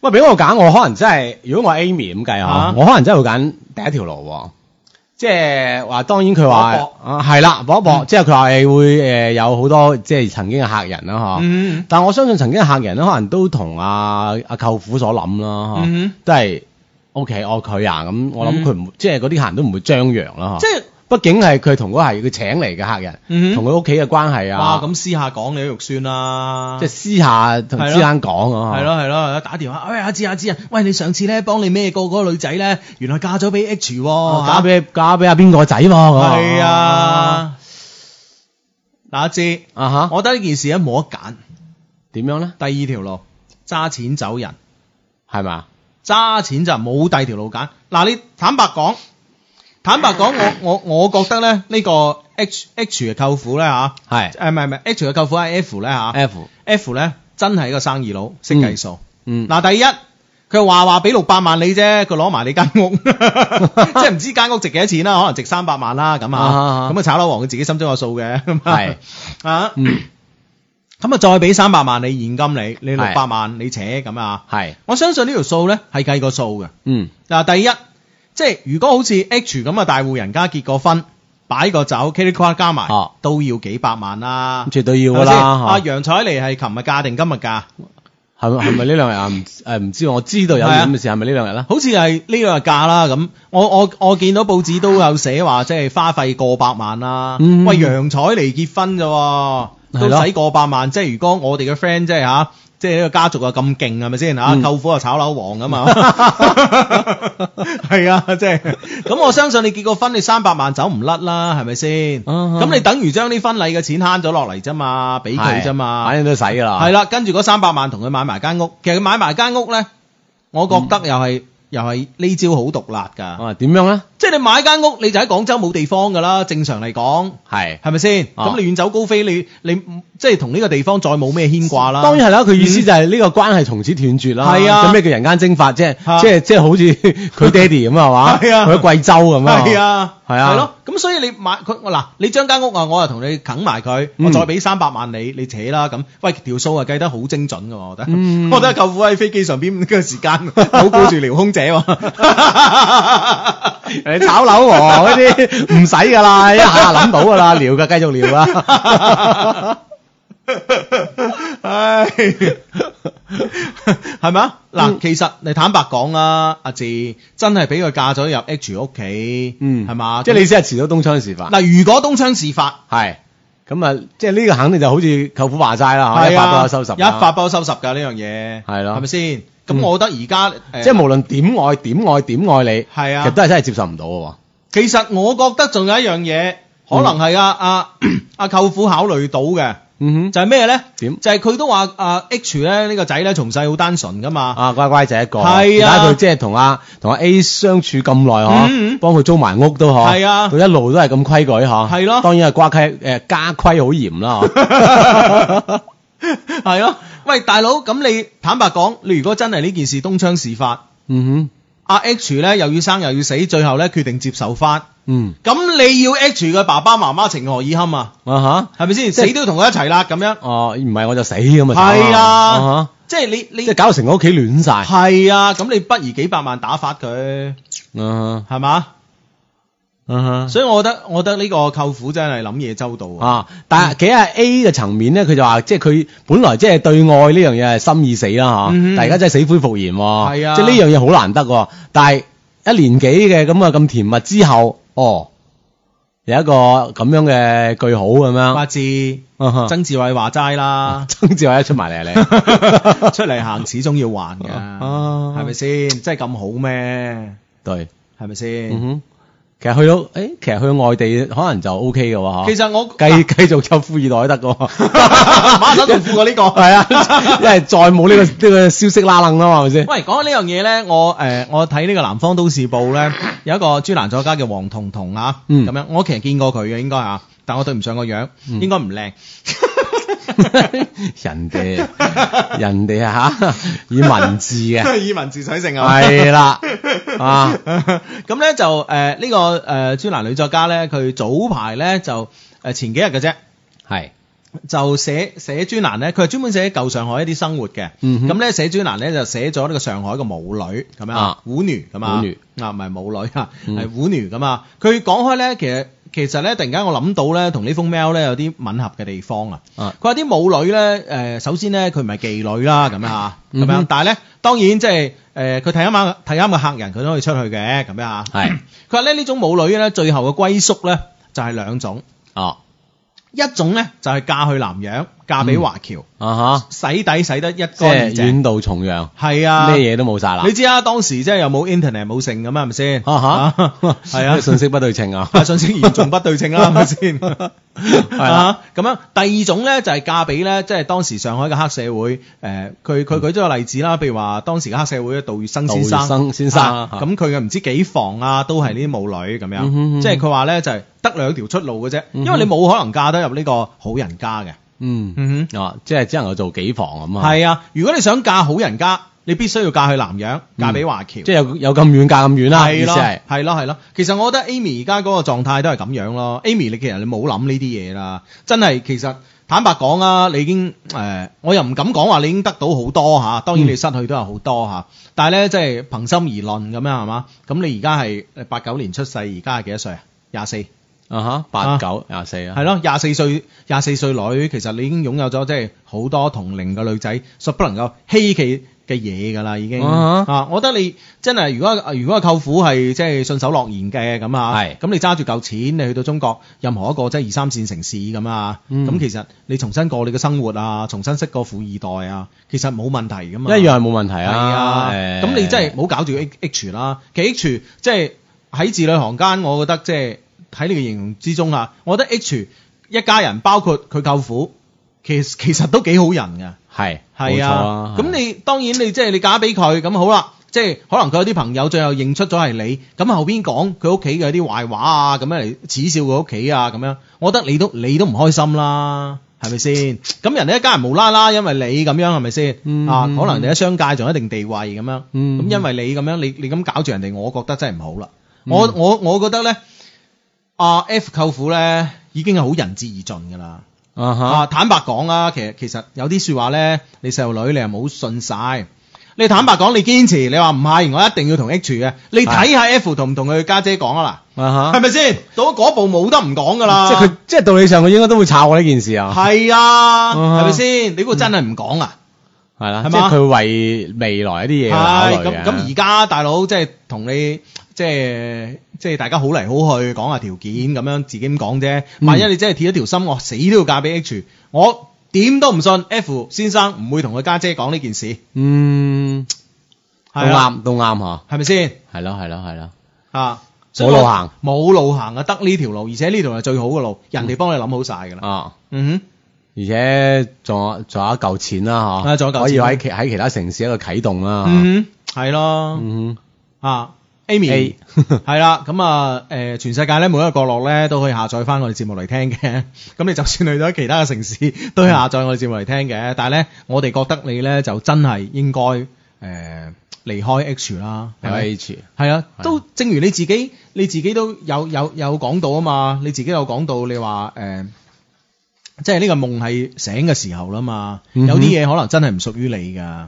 S2: 喂，俾我揀，我可能真係，如果我 Amy 咁計
S1: 啊
S2: 啊嚇，我可能真係會揀第一條路喎。即係話，當然佢話
S1: 搏一搏嗯
S2: 啊係啦，搏一搏，即係佢話係會誒有好多即係曾經嘅客人啦嚇。
S1: 嗯
S2: 但我相信曾經嘅客人咧，可能都同阿阿舅父所諗啦，嚇、
S1: 嗯
S2: 都係 O K 愛佢啊，咁我諗佢唔即係嗰啲客人都唔會張揚啦，
S1: 即
S2: 嚇。
S1: 係
S2: 畢竟係佢同嗰係佢請嚟嘅客人，
S1: 嗯
S2: 同佢屋企嘅關係
S1: 哇
S2: 啊，
S1: 咁私下講你都肉酸啦，啊
S2: 即係私下同
S1: 係咯
S2: 之間講啊，嚇
S1: 係咯係咯，打電話，喂阿志阿志啊，喂你上次咧幫你咩個嗰個女仔咧，原來嫁咗俾 H 喎，
S2: 哦嫁俾嫁俾阿邊個仔喎，咁
S1: 係，啊，嗱阿志，
S2: 啊嚇，
S1: 我覺得呢件事咧冇得揀，
S2: 點樣咧？
S1: 第二條路揸錢走人，
S2: 係咪啊？
S1: 揸錢就冇第二條路揀。嗱你坦白講，坦白講，我我我覺得咧呢個 H H 嘅舅父咧嚇，
S2: 係
S1: 誒唔係唔係 H 嘅舅父係 F 咧嚇。
S2: F，
S1: F 咧真係一個生意佬，識計數。
S2: 嗯，
S1: 嗱、第一佢話話俾六百萬你啫，佢攞埋你間
S2: [laughs]
S1: 屋，即係唔知間屋值幾多錢啦，可能值三百萬啦咁
S2: 啊啊
S1: 啊，咁啊炒樓王佢自己心中有數嘅，咁啊
S2: 係，
S1: 啊，
S2: 嗯，
S1: 咁啊再俾三百萬你現金你，你六
S2: 係
S1: 百萬你扯咁啊，
S2: 係，
S1: 我相信呢條數咧係計過數嘅。
S2: 嗯，
S1: 嗱，第一，即係如果好似 H 咁嘅大戶人家結過婚，擺個酒 k i t 加埋
S2: 哦
S1: 都要幾百萬啦
S2: 咁，絕對要
S1: 係咪
S2: 㗎
S1: 先
S2: 啦，
S1: 阿
S2: 嚇
S1: 楊彩妮係琴日嫁定今日嫁？
S2: 係咪係咪呢兩日啊？唔誒唔知喎，我知道有
S1: 係啊
S2: 件咁嘅事，係咪呢兩日啦？
S1: 好似係呢兩日價啦咁，我我我見到報紙都有寫話，即係花費過百萬啦。
S2: 嗯
S1: 喂，楊彩嚟結婚咋喎，
S2: 係
S1: 都
S2: 咯
S1: 使過百萬。即係如果我哋嘅 friend 即係嚇，即係呢個家族啊咁勁係咪先嚇？
S2: 嗯
S1: 舅父啊炒樓王啊
S2: [laughs]
S1: 嘛，係啊，即係咁我相信你結個婚你三百萬走唔甩啦，係咪先？
S2: 啊
S1: 咁你等於將啲婚禮嘅錢慳咗落嚟啫嘛，俾佢啫嘛。
S2: 係反正都使㗎啦。
S1: 係啦，跟住嗰三百萬同佢買埋間屋，其實佢買埋間屋咧，我覺得又係、又係呢招好毒辣㗎。
S2: 嗯啊，點樣咧？
S1: 即係你買間屋，你就喺廣州冇地方㗎啦，正常嚟講，
S2: 係。
S1: 係咪先？咁、
S2: 啊
S1: 你遠走高飛，你你即係同呢個地方再冇咩牽掛啦。
S2: 當然係啦，佢意思就係呢個關係從此斷絕啦。
S1: 係啊
S2: 咁咩叫人間蒸發？即係
S1: 啊
S2: 即係即
S1: [laughs]
S2: 係好似佢爹哋咁啊係嘛？
S1: 係啊
S2: 佢喺貴州咁啊。
S1: 係。啊，
S2: 係啊
S1: 係咯。咁所以你買佢嗱，你將間屋啊，我又同你啃埋佢，
S2: 嗯
S1: 我再俾三百萬你，你扯啦咁。喂，條數啊計得好精準㗎喎，我覺得。
S2: 嗯
S1: 我覺得舅父喺飛機上邊嘅時
S2: [laughs]
S1: 間，好顧住撩空姐喎。
S2: 誒炒樓王嗰啲 [laughs] 唔使㗎啦，一下諗到㗎啦，聊㗎繼續聊啊。
S1: [laughs] 唉，係咪啊？
S2: 嗯
S1: 嗱，其實你坦白講啊，阿志真係俾佢嫁咗入 H 屋企，
S2: 嗯，
S1: 係嘛？
S2: 即係你意思係遲早東窗事發。
S1: 嗱，如果東窗事發。
S2: 係。咁啊，即係呢個肯定就好似舅父話齋啦，嚇一
S1: 係
S2: 發不
S1: 啊，
S2: 可收拾啦。
S1: 一發不可收拾㗎呢樣嘢，
S2: 係咯
S1: 係咪先？
S2: 嗯
S1: 咁我覺得而家誒
S2: 即係無論點愛點愛點愛你，
S1: 係
S2: 其實
S1: 啊
S2: 都，係真係接受唔到嘅喎。
S1: 其實我覺得仲有一樣嘢，可能係啊啊 [clears throat] 阿舅父考慮到嘅，
S2: 嗯
S1: 就係咩咧？
S2: 點
S1: 就係佢都話啊 H 咧呢個仔咧從細好單純㗎嘛，
S2: 啊乖乖仔一個，而
S1: 係啊
S2: 家佢即係同阿同阿 A 相處咁耐
S1: 嗯
S2: 嗬，
S1: 嗯
S2: 幫佢租埋屋都嗬，
S1: 係啊
S2: 佢一路都係咁規矩嗬，
S1: 係咯
S2: 當然係瓜規誒家規好嚴啦嗬， [laughs]
S1: [laughs] 係咯。喂，大佬，咁你坦白講，你如果真係呢件事東窗事發，
S2: 嗯
S1: 阿 H 咧又要生又要死，最後咧決定接受翻，
S2: 哼，嗯
S1: 咁你要 H 嘅爸爸媽媽情何以堪啊？
S2: 啊
S1: 係咪先？
S2: 即係
S1: 死都要同佢一齊啦，咁樣
S2: 吓，。哦唔係我就死咁啊，慘
S1: 係啊
S2: 啊
S1: 即係你
S2: 吓
S1: 你
S2: 即係搞到成個屋企亂晒，啊
S1: 係啊，咁你不如幾百萬打發佢，
S2: 哈
S1: 係嘛？
S2: 啊哈
S1: 所以我覺得我覺得呢個舅父真係諗嘢周到啊！
S2: 啊！但係企喺 A 嘅層面咧，佢就話即係佢本來即係對愛呢樣嘢係心已死啦嚇，
S1: 嗯哼
S2: 但係而家真係死灰復燃喎，
S1: 係啊
S2: 即係呢樣嘢好難得喎。但係一年幾嘅咁啊咁甜蜜之後，哦，有一個咁樣嘅句號咁樣
S1: 阿志，
S2: 啊哈，，
S1: 曾志偉話齋啦
S2: [laughs] 曾志偉一出埋嚟啊你，
S1: [laughs] 出嚟行始終要還㗎，
S2: 啊
S1: 係咪先？真係咁好咩？ [laughs]
S2: 對，
S1: 係咪
S2: 嗯
S1: 先？
S2: 哼，其實去到誒，其實去到外地可能就 O K 嘅喎嚇，
S1: 其實我
S2: 繼繼續有富二代得嘅喎，
S1: [laughs]
S2: [laughs]
S1: 馬手仲富過呢個。
S2: 係啊，因為再冇呢個呢個消息拉楞啦嘛，係咪先？
S1: [laughs] 喂，講起呢樣嘢咧，我誒、呃我睇呢個《南方都市報》咧，有一個專欄作家叫黃彤彤啊，咁、
S2: 嗯
S1: 樣我其實見過佢嘅應該啊，但我對唔上個樣，
S2: 嗯
S1: 應該唔
S2: [laughs]
S1: 靚。
S2: 人哋人哋啊吓，以文字
S1: [laughs]
S2: 嘅
S1: 以文字取勝啊！ [laughs]
S2: 係啦啊，
S1: 咁咧就呃誒呢、個呃誒專欄女作家咧，佢早排咧就誒前幾日嘅啫，
S2: 係
S1: 就寫寫專欄咧，佢係專門寫舊上海一啲生活嘅。
S2: 嗯哼
S1: 咁咧寫專欄咧就寫咗呢個上海嘅舞女咁樣啊
S2: 啊，
S1: 舞女咁啊，
S2: 舞女
S1: 啊唔係舞女啊，
S2: 嗯
S1: 係舞女咁啊。佢講開咧，其實其實咧，突然間我諗到咧，同呢封 mail 咧有啲吻合嘅地方啊。
S2: 啊
S1: 佢話啲舞女咧，誒、首先咧佢唔係妓女啦，咁樣啊，咁樣
S2: 嗯哼，
S1: 但係咧當然即係誒佢睇啱啱睇啱個客人，佢都可以出去嘅咁樣啊。
S2: 係
S1: 佢話咧呢種舞女咧，最後嘅歸宿咧就係兩種。
S2: 哦
S1: 一種咧就係嫁去南洋，嫁俾華僑，
S2: 啊嚇，
S1: 洗底洗得一乾
S2: 即
S1: 二淨。
S2: 係遠道重洋，
S1: 係啊，
S2: 咩嘢都冇晒啦
S1: 你，知啊，當時即係又冇 internet 冇剩咁啊，係咪先？
S2: 啊嚇，
S1: 係
S2: [laughs]
S1: 啊，
S2: 信息不對
S1: [laughs]
S2: 稱啊，
S1: 啊信息嚴重不對稱啊啦，係咪先？係
S2: 啦
S1: 啊，咁樣第二種咧就係嫁俾咧，即係當時上海嘅黑社會，誒佢佢舉咗個例子啦，譬如話當時嘅黑社會嘅杜月笙先
S2: 嗯杜月
S1: 生，
S2: 笙先生
S1: 啊
S2: 啊
S1: 咁佢嘅唔知幾房啊，都係呢啲舞女咁
S2: 嗯
S1: 樣，
S2: 哼
S1: 即係佢話咧就係得兩條出路嘅啫，因為你冇可能嫁得入呢個好人家嘅。
S2: 嗯，
S1: 嗯
S2: 哦，即係只能夠做幾房咁
S1: 哼，
S2: 啊，
S1: 係啊，如果你想嫁好人家，你必須要嫁去南洋，嫁俾華僑。
S2: 嗯即係有有咁遠嫁咁遠啦，意
S1: 係
S2: 思
S1: 咯，
S2: 係，
S1: 係咯，係咯。其實我覺得 Amy 而家嗰個狀態都係咁樣咯。Amy，你其實你冇諗呢啲嘢啦，真係其實坦白講啊，你已經誒、呃我又唔敢講話你已經得到好多嚇，當
S2: 嗯
S1: 然你失去都有好多嚇。但係咧，即係憑心而論咁樣係嘛？咁你而家係八九年出世，而家係幾多歲啊？廿四。
S2: 啊哈，
S1: 啊
S2: 八九廿四啊
S1: 係，咯，廿四歲廿四歲女，其實你已經擁有咗即係好多同齡嘅女仔所不能夠稀奇嘅嘢㗎啦，已經
S2: 啊
S1: 啊！我覺得你真係如果如果個舅父係即係信守諾言嘅咁啊，
S2: 係
S1: 咁你揸住嚿錢，你去到中國任何一個即係二三線城市咁啊，咁、
S2: 嗯
S1: 其實你重新過你嘅生活啊，重新識個富二代啊，其實冇問題㗎嘛，
S2: 一樣係冇問題
S1: 係
S2: 啊，
S1: 啊，
S2: 誒
S1: 咁你真係冇搞住 H H 啦。其實 H 即係喺字裏行間，我覺得即係喺你嘅形容之中啊，我覺得 H 一家人包括佢舅父，其實其實都幾好人㗎。
S2: 係冇
S1: 係
S2: 錯
S1: 啊
S2: 啊，，
S1: 咁你當然你即係你嫁俾佢咁好啦，即係可能佢有啲朋友最後認出咗係你，咁後邊講佢屋企嘅啲壞話啊，咁樣嚟恥笑佢屋企啊，咁樣，我覺得你都
S2: 嗯
S1: 你都唔開心啦。係咪先？咁人哋一家人無啦啦，因為你咁樣係咪先？
S2: 嗯
S1: 啊，可能你喺商界仲有一定地位咁樣，咁、
S2: 嗯
S1: 因為你咁樣，你你咁搞住人哋，我覺得真係唔好啦。我
S2: 嗯
S1: 我我覺得咧，阿 F 舅父咧已經係好仁至義盡㗎啦。
S2: 啊哈
S1: 啊，，坦白講啊，其實其實有啲説話咧，你細路女你係冇信晒。你坦白講，你堅持，你話唔係，我一定要同 H 嘅。你睇下 F 同唔同佢家姐講啊
S2: 啊
S1: 嗱，
S2: 哈
S1: 係。咪先？到咗嗰步冇得唔講噶啦。
S2: 即係佢，即係道理上佢應該都會炒我呢件事啊，
S1: 係啊，
S2: 啊
S1: 係咪先？你估真係唔講啊？
S2: 係啦，
S1: 係
S2: 即
S1: 嘛
S2: 係佢為未來一啲嘢考
S1: 係
S2: 慮
S1: 咁
S2: 嘅。
S1: 咁，而家大佬即係同你即係即係大家好嚟好去講下條件咁樣，自己咁講啫。
S2: 嗯
S1: 萬一你真係鐵咗條心，我死都要嫁俾 H，我點都唔信 F 先生唔會同佢家姐講呢件事。
S2: 嗯，都
S1: 係啊，
S2: 啱，都啱吓，
S1: 係咪先
S2: 係咯，係咯，係咯，
S1: 啊？
S2: 冇路行，
S1: 冇路行啊，得呢條路，而且呢條係最好嘅路，人哋幫你諗好晒㗎啦。
S2: 啊，
S1: 嗯
S2: 而且仲有仲有一嚿錢啦
S1: 啊
S2: 吓，
S1: 仲有一嚿
S2: 可
S1: 錢
S2: 以喺其喺其他城市一個啟動啦
S1: 哼，。嗯哼，係咯，
S2: 啊嗯
S1: 啊
S2: 哼
S1: ，Amy
S2: ，A。
S1: [laughs] 係啦，咁啊，誒、全世界咧每一個角落咧都可以下載翻我哋節目嚟聽嘅。 [laughs] 咁你就算去到其他嘅城市，都可以下載我哋節目嚟聽嘅。但係咧，我哋覺得你咧就真係應該誒、離開 H 啦，係咪？
S2: H
S1: 係啊，
S2: 係
S1: 都正如你自己，你自己都有有有講到啊嘛，你自己有講到你話誒、即係呢個夢係醒嘅時候啦嘛，
S2: 嗯哼
S1: 有啲嘢可能真係唔屬於你㗎，係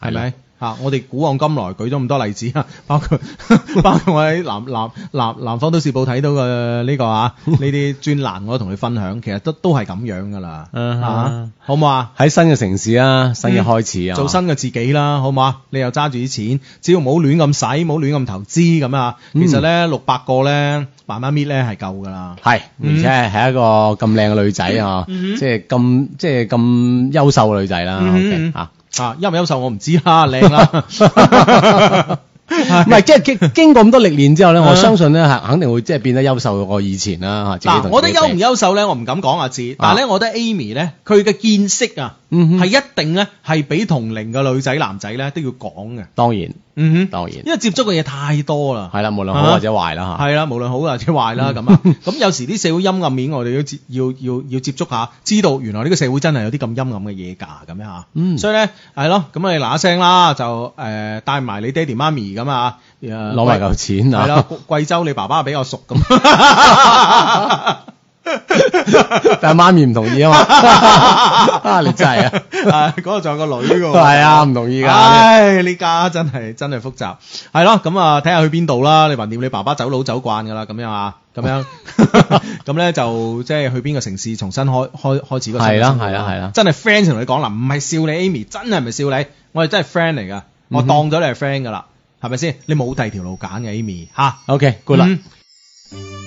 S2: 係
S1: 咪
S2: 啦？
S1: 啊！我哋古往今來舉咗咁多例子 [laughs] 啊，包括包括我喺南南南南方都市報睇到嘅呢個啊，呢啲專欄我都同你分享，其實都都係咁樣㗎啦，
S2: 嗯哼
S1: 啊好唔好啊？
S2: 喺新嘅城市啊，新嘅開始
S1: 嗯
S2: 啊，
S1: 做新嘅自己啦，好嘛？你又揸住啲錢，只要唔好亂咁使，唔好亂咁投資咁啊。
S2: 嗯
S1: 其實咧，六百個咧，慢慢搣咧係夠㗎啦。
S2: 係，而
S1: 嗯
S2: 且係一個咁靚嘅女仔啊，
S1: 嗯哼
S2: 即係咁即係咁優秀嘅女仔啦。
S1: 嗯哼
S2: OK，啊。
S1: 啊，優唔優秀我唔知啦，靚啦。
S2: [laughs]
S1: [laughs]
S2: 唔係，即係經經過咁多歷練之後咧，
S1: 啊
S2: 我相信咧係肯定會即係變得優秀過以前啦。嚇自
S1: 嗱，
S2: 己同
S1: 我
S2: 自
S1: 覺
S2: 己
S1: 得優唔
S2: 比啊
S1: 優秀咧，我唔敢講阿志，但係咧，我覺得 Amy 咧，佢嘅見識啊，
S2: 嗯哼
S1: 係一定咧係比同齡嘅女仔男仔咧都要講嘅。
S2: 當然
S1: 嗯哼，
S2: 當然
S1: 因為接觸嘅嘢太多啦。
S2: 係啦，無論
S1: 啊
S2: 好或者壞啦嚇。
S1: 係啦，無論好或者壞
S2: 嗯
S1: 啦，
S2: [laughs]
S1: 咁啊，咁有時啲社會陰暗面，我哋都接要要要接觸下，知道原來呢個社會真係有啲咁陰暗嘅嘢㗎，咁樣嚇。
S2: 嗯
S1: 所以咧係咯，咁你嗱一聲啦，就誒帶埋你爹哋媽咪咁啊，誒
S2: 攞埋嚿錢
S1: 係
S2: 啊 [laughs]
S1: 啦，！貴貴州你爸爸比較熟咁。
S2: 但係媽咪唔同意啊嘛，
S1: [laughs]
S2: 啊 [laughs] 你真係啊，
S1: [laughs] 啊！嗰度仲有個女㗎喎，
S2: 係啊唔同意㗎
S1: 唉，呢家真係真係複雜，係咯，咁啊睇下去邊度啦。你橫掂你爸爸走佬走慣㗎啦，咁樣啊，咁
S2: [laughs]
S1: 樣咁咧就即係去邊個城市重新開開開始個新嘅
S2: 係啦
S1: 生活
S2: 係啦係啦
S1: 真係 friend 同你講啦，唔係笑你 Amy，真係唔係笑你，我哋真係 friend 嚟㗎，我
S2: 嗯哼
S1: 當咗你係 friend 㗎啦，係咪先？你冇第二條路揀嘅 Amy 吓。
S2: OK，good luck。
S1: 嗯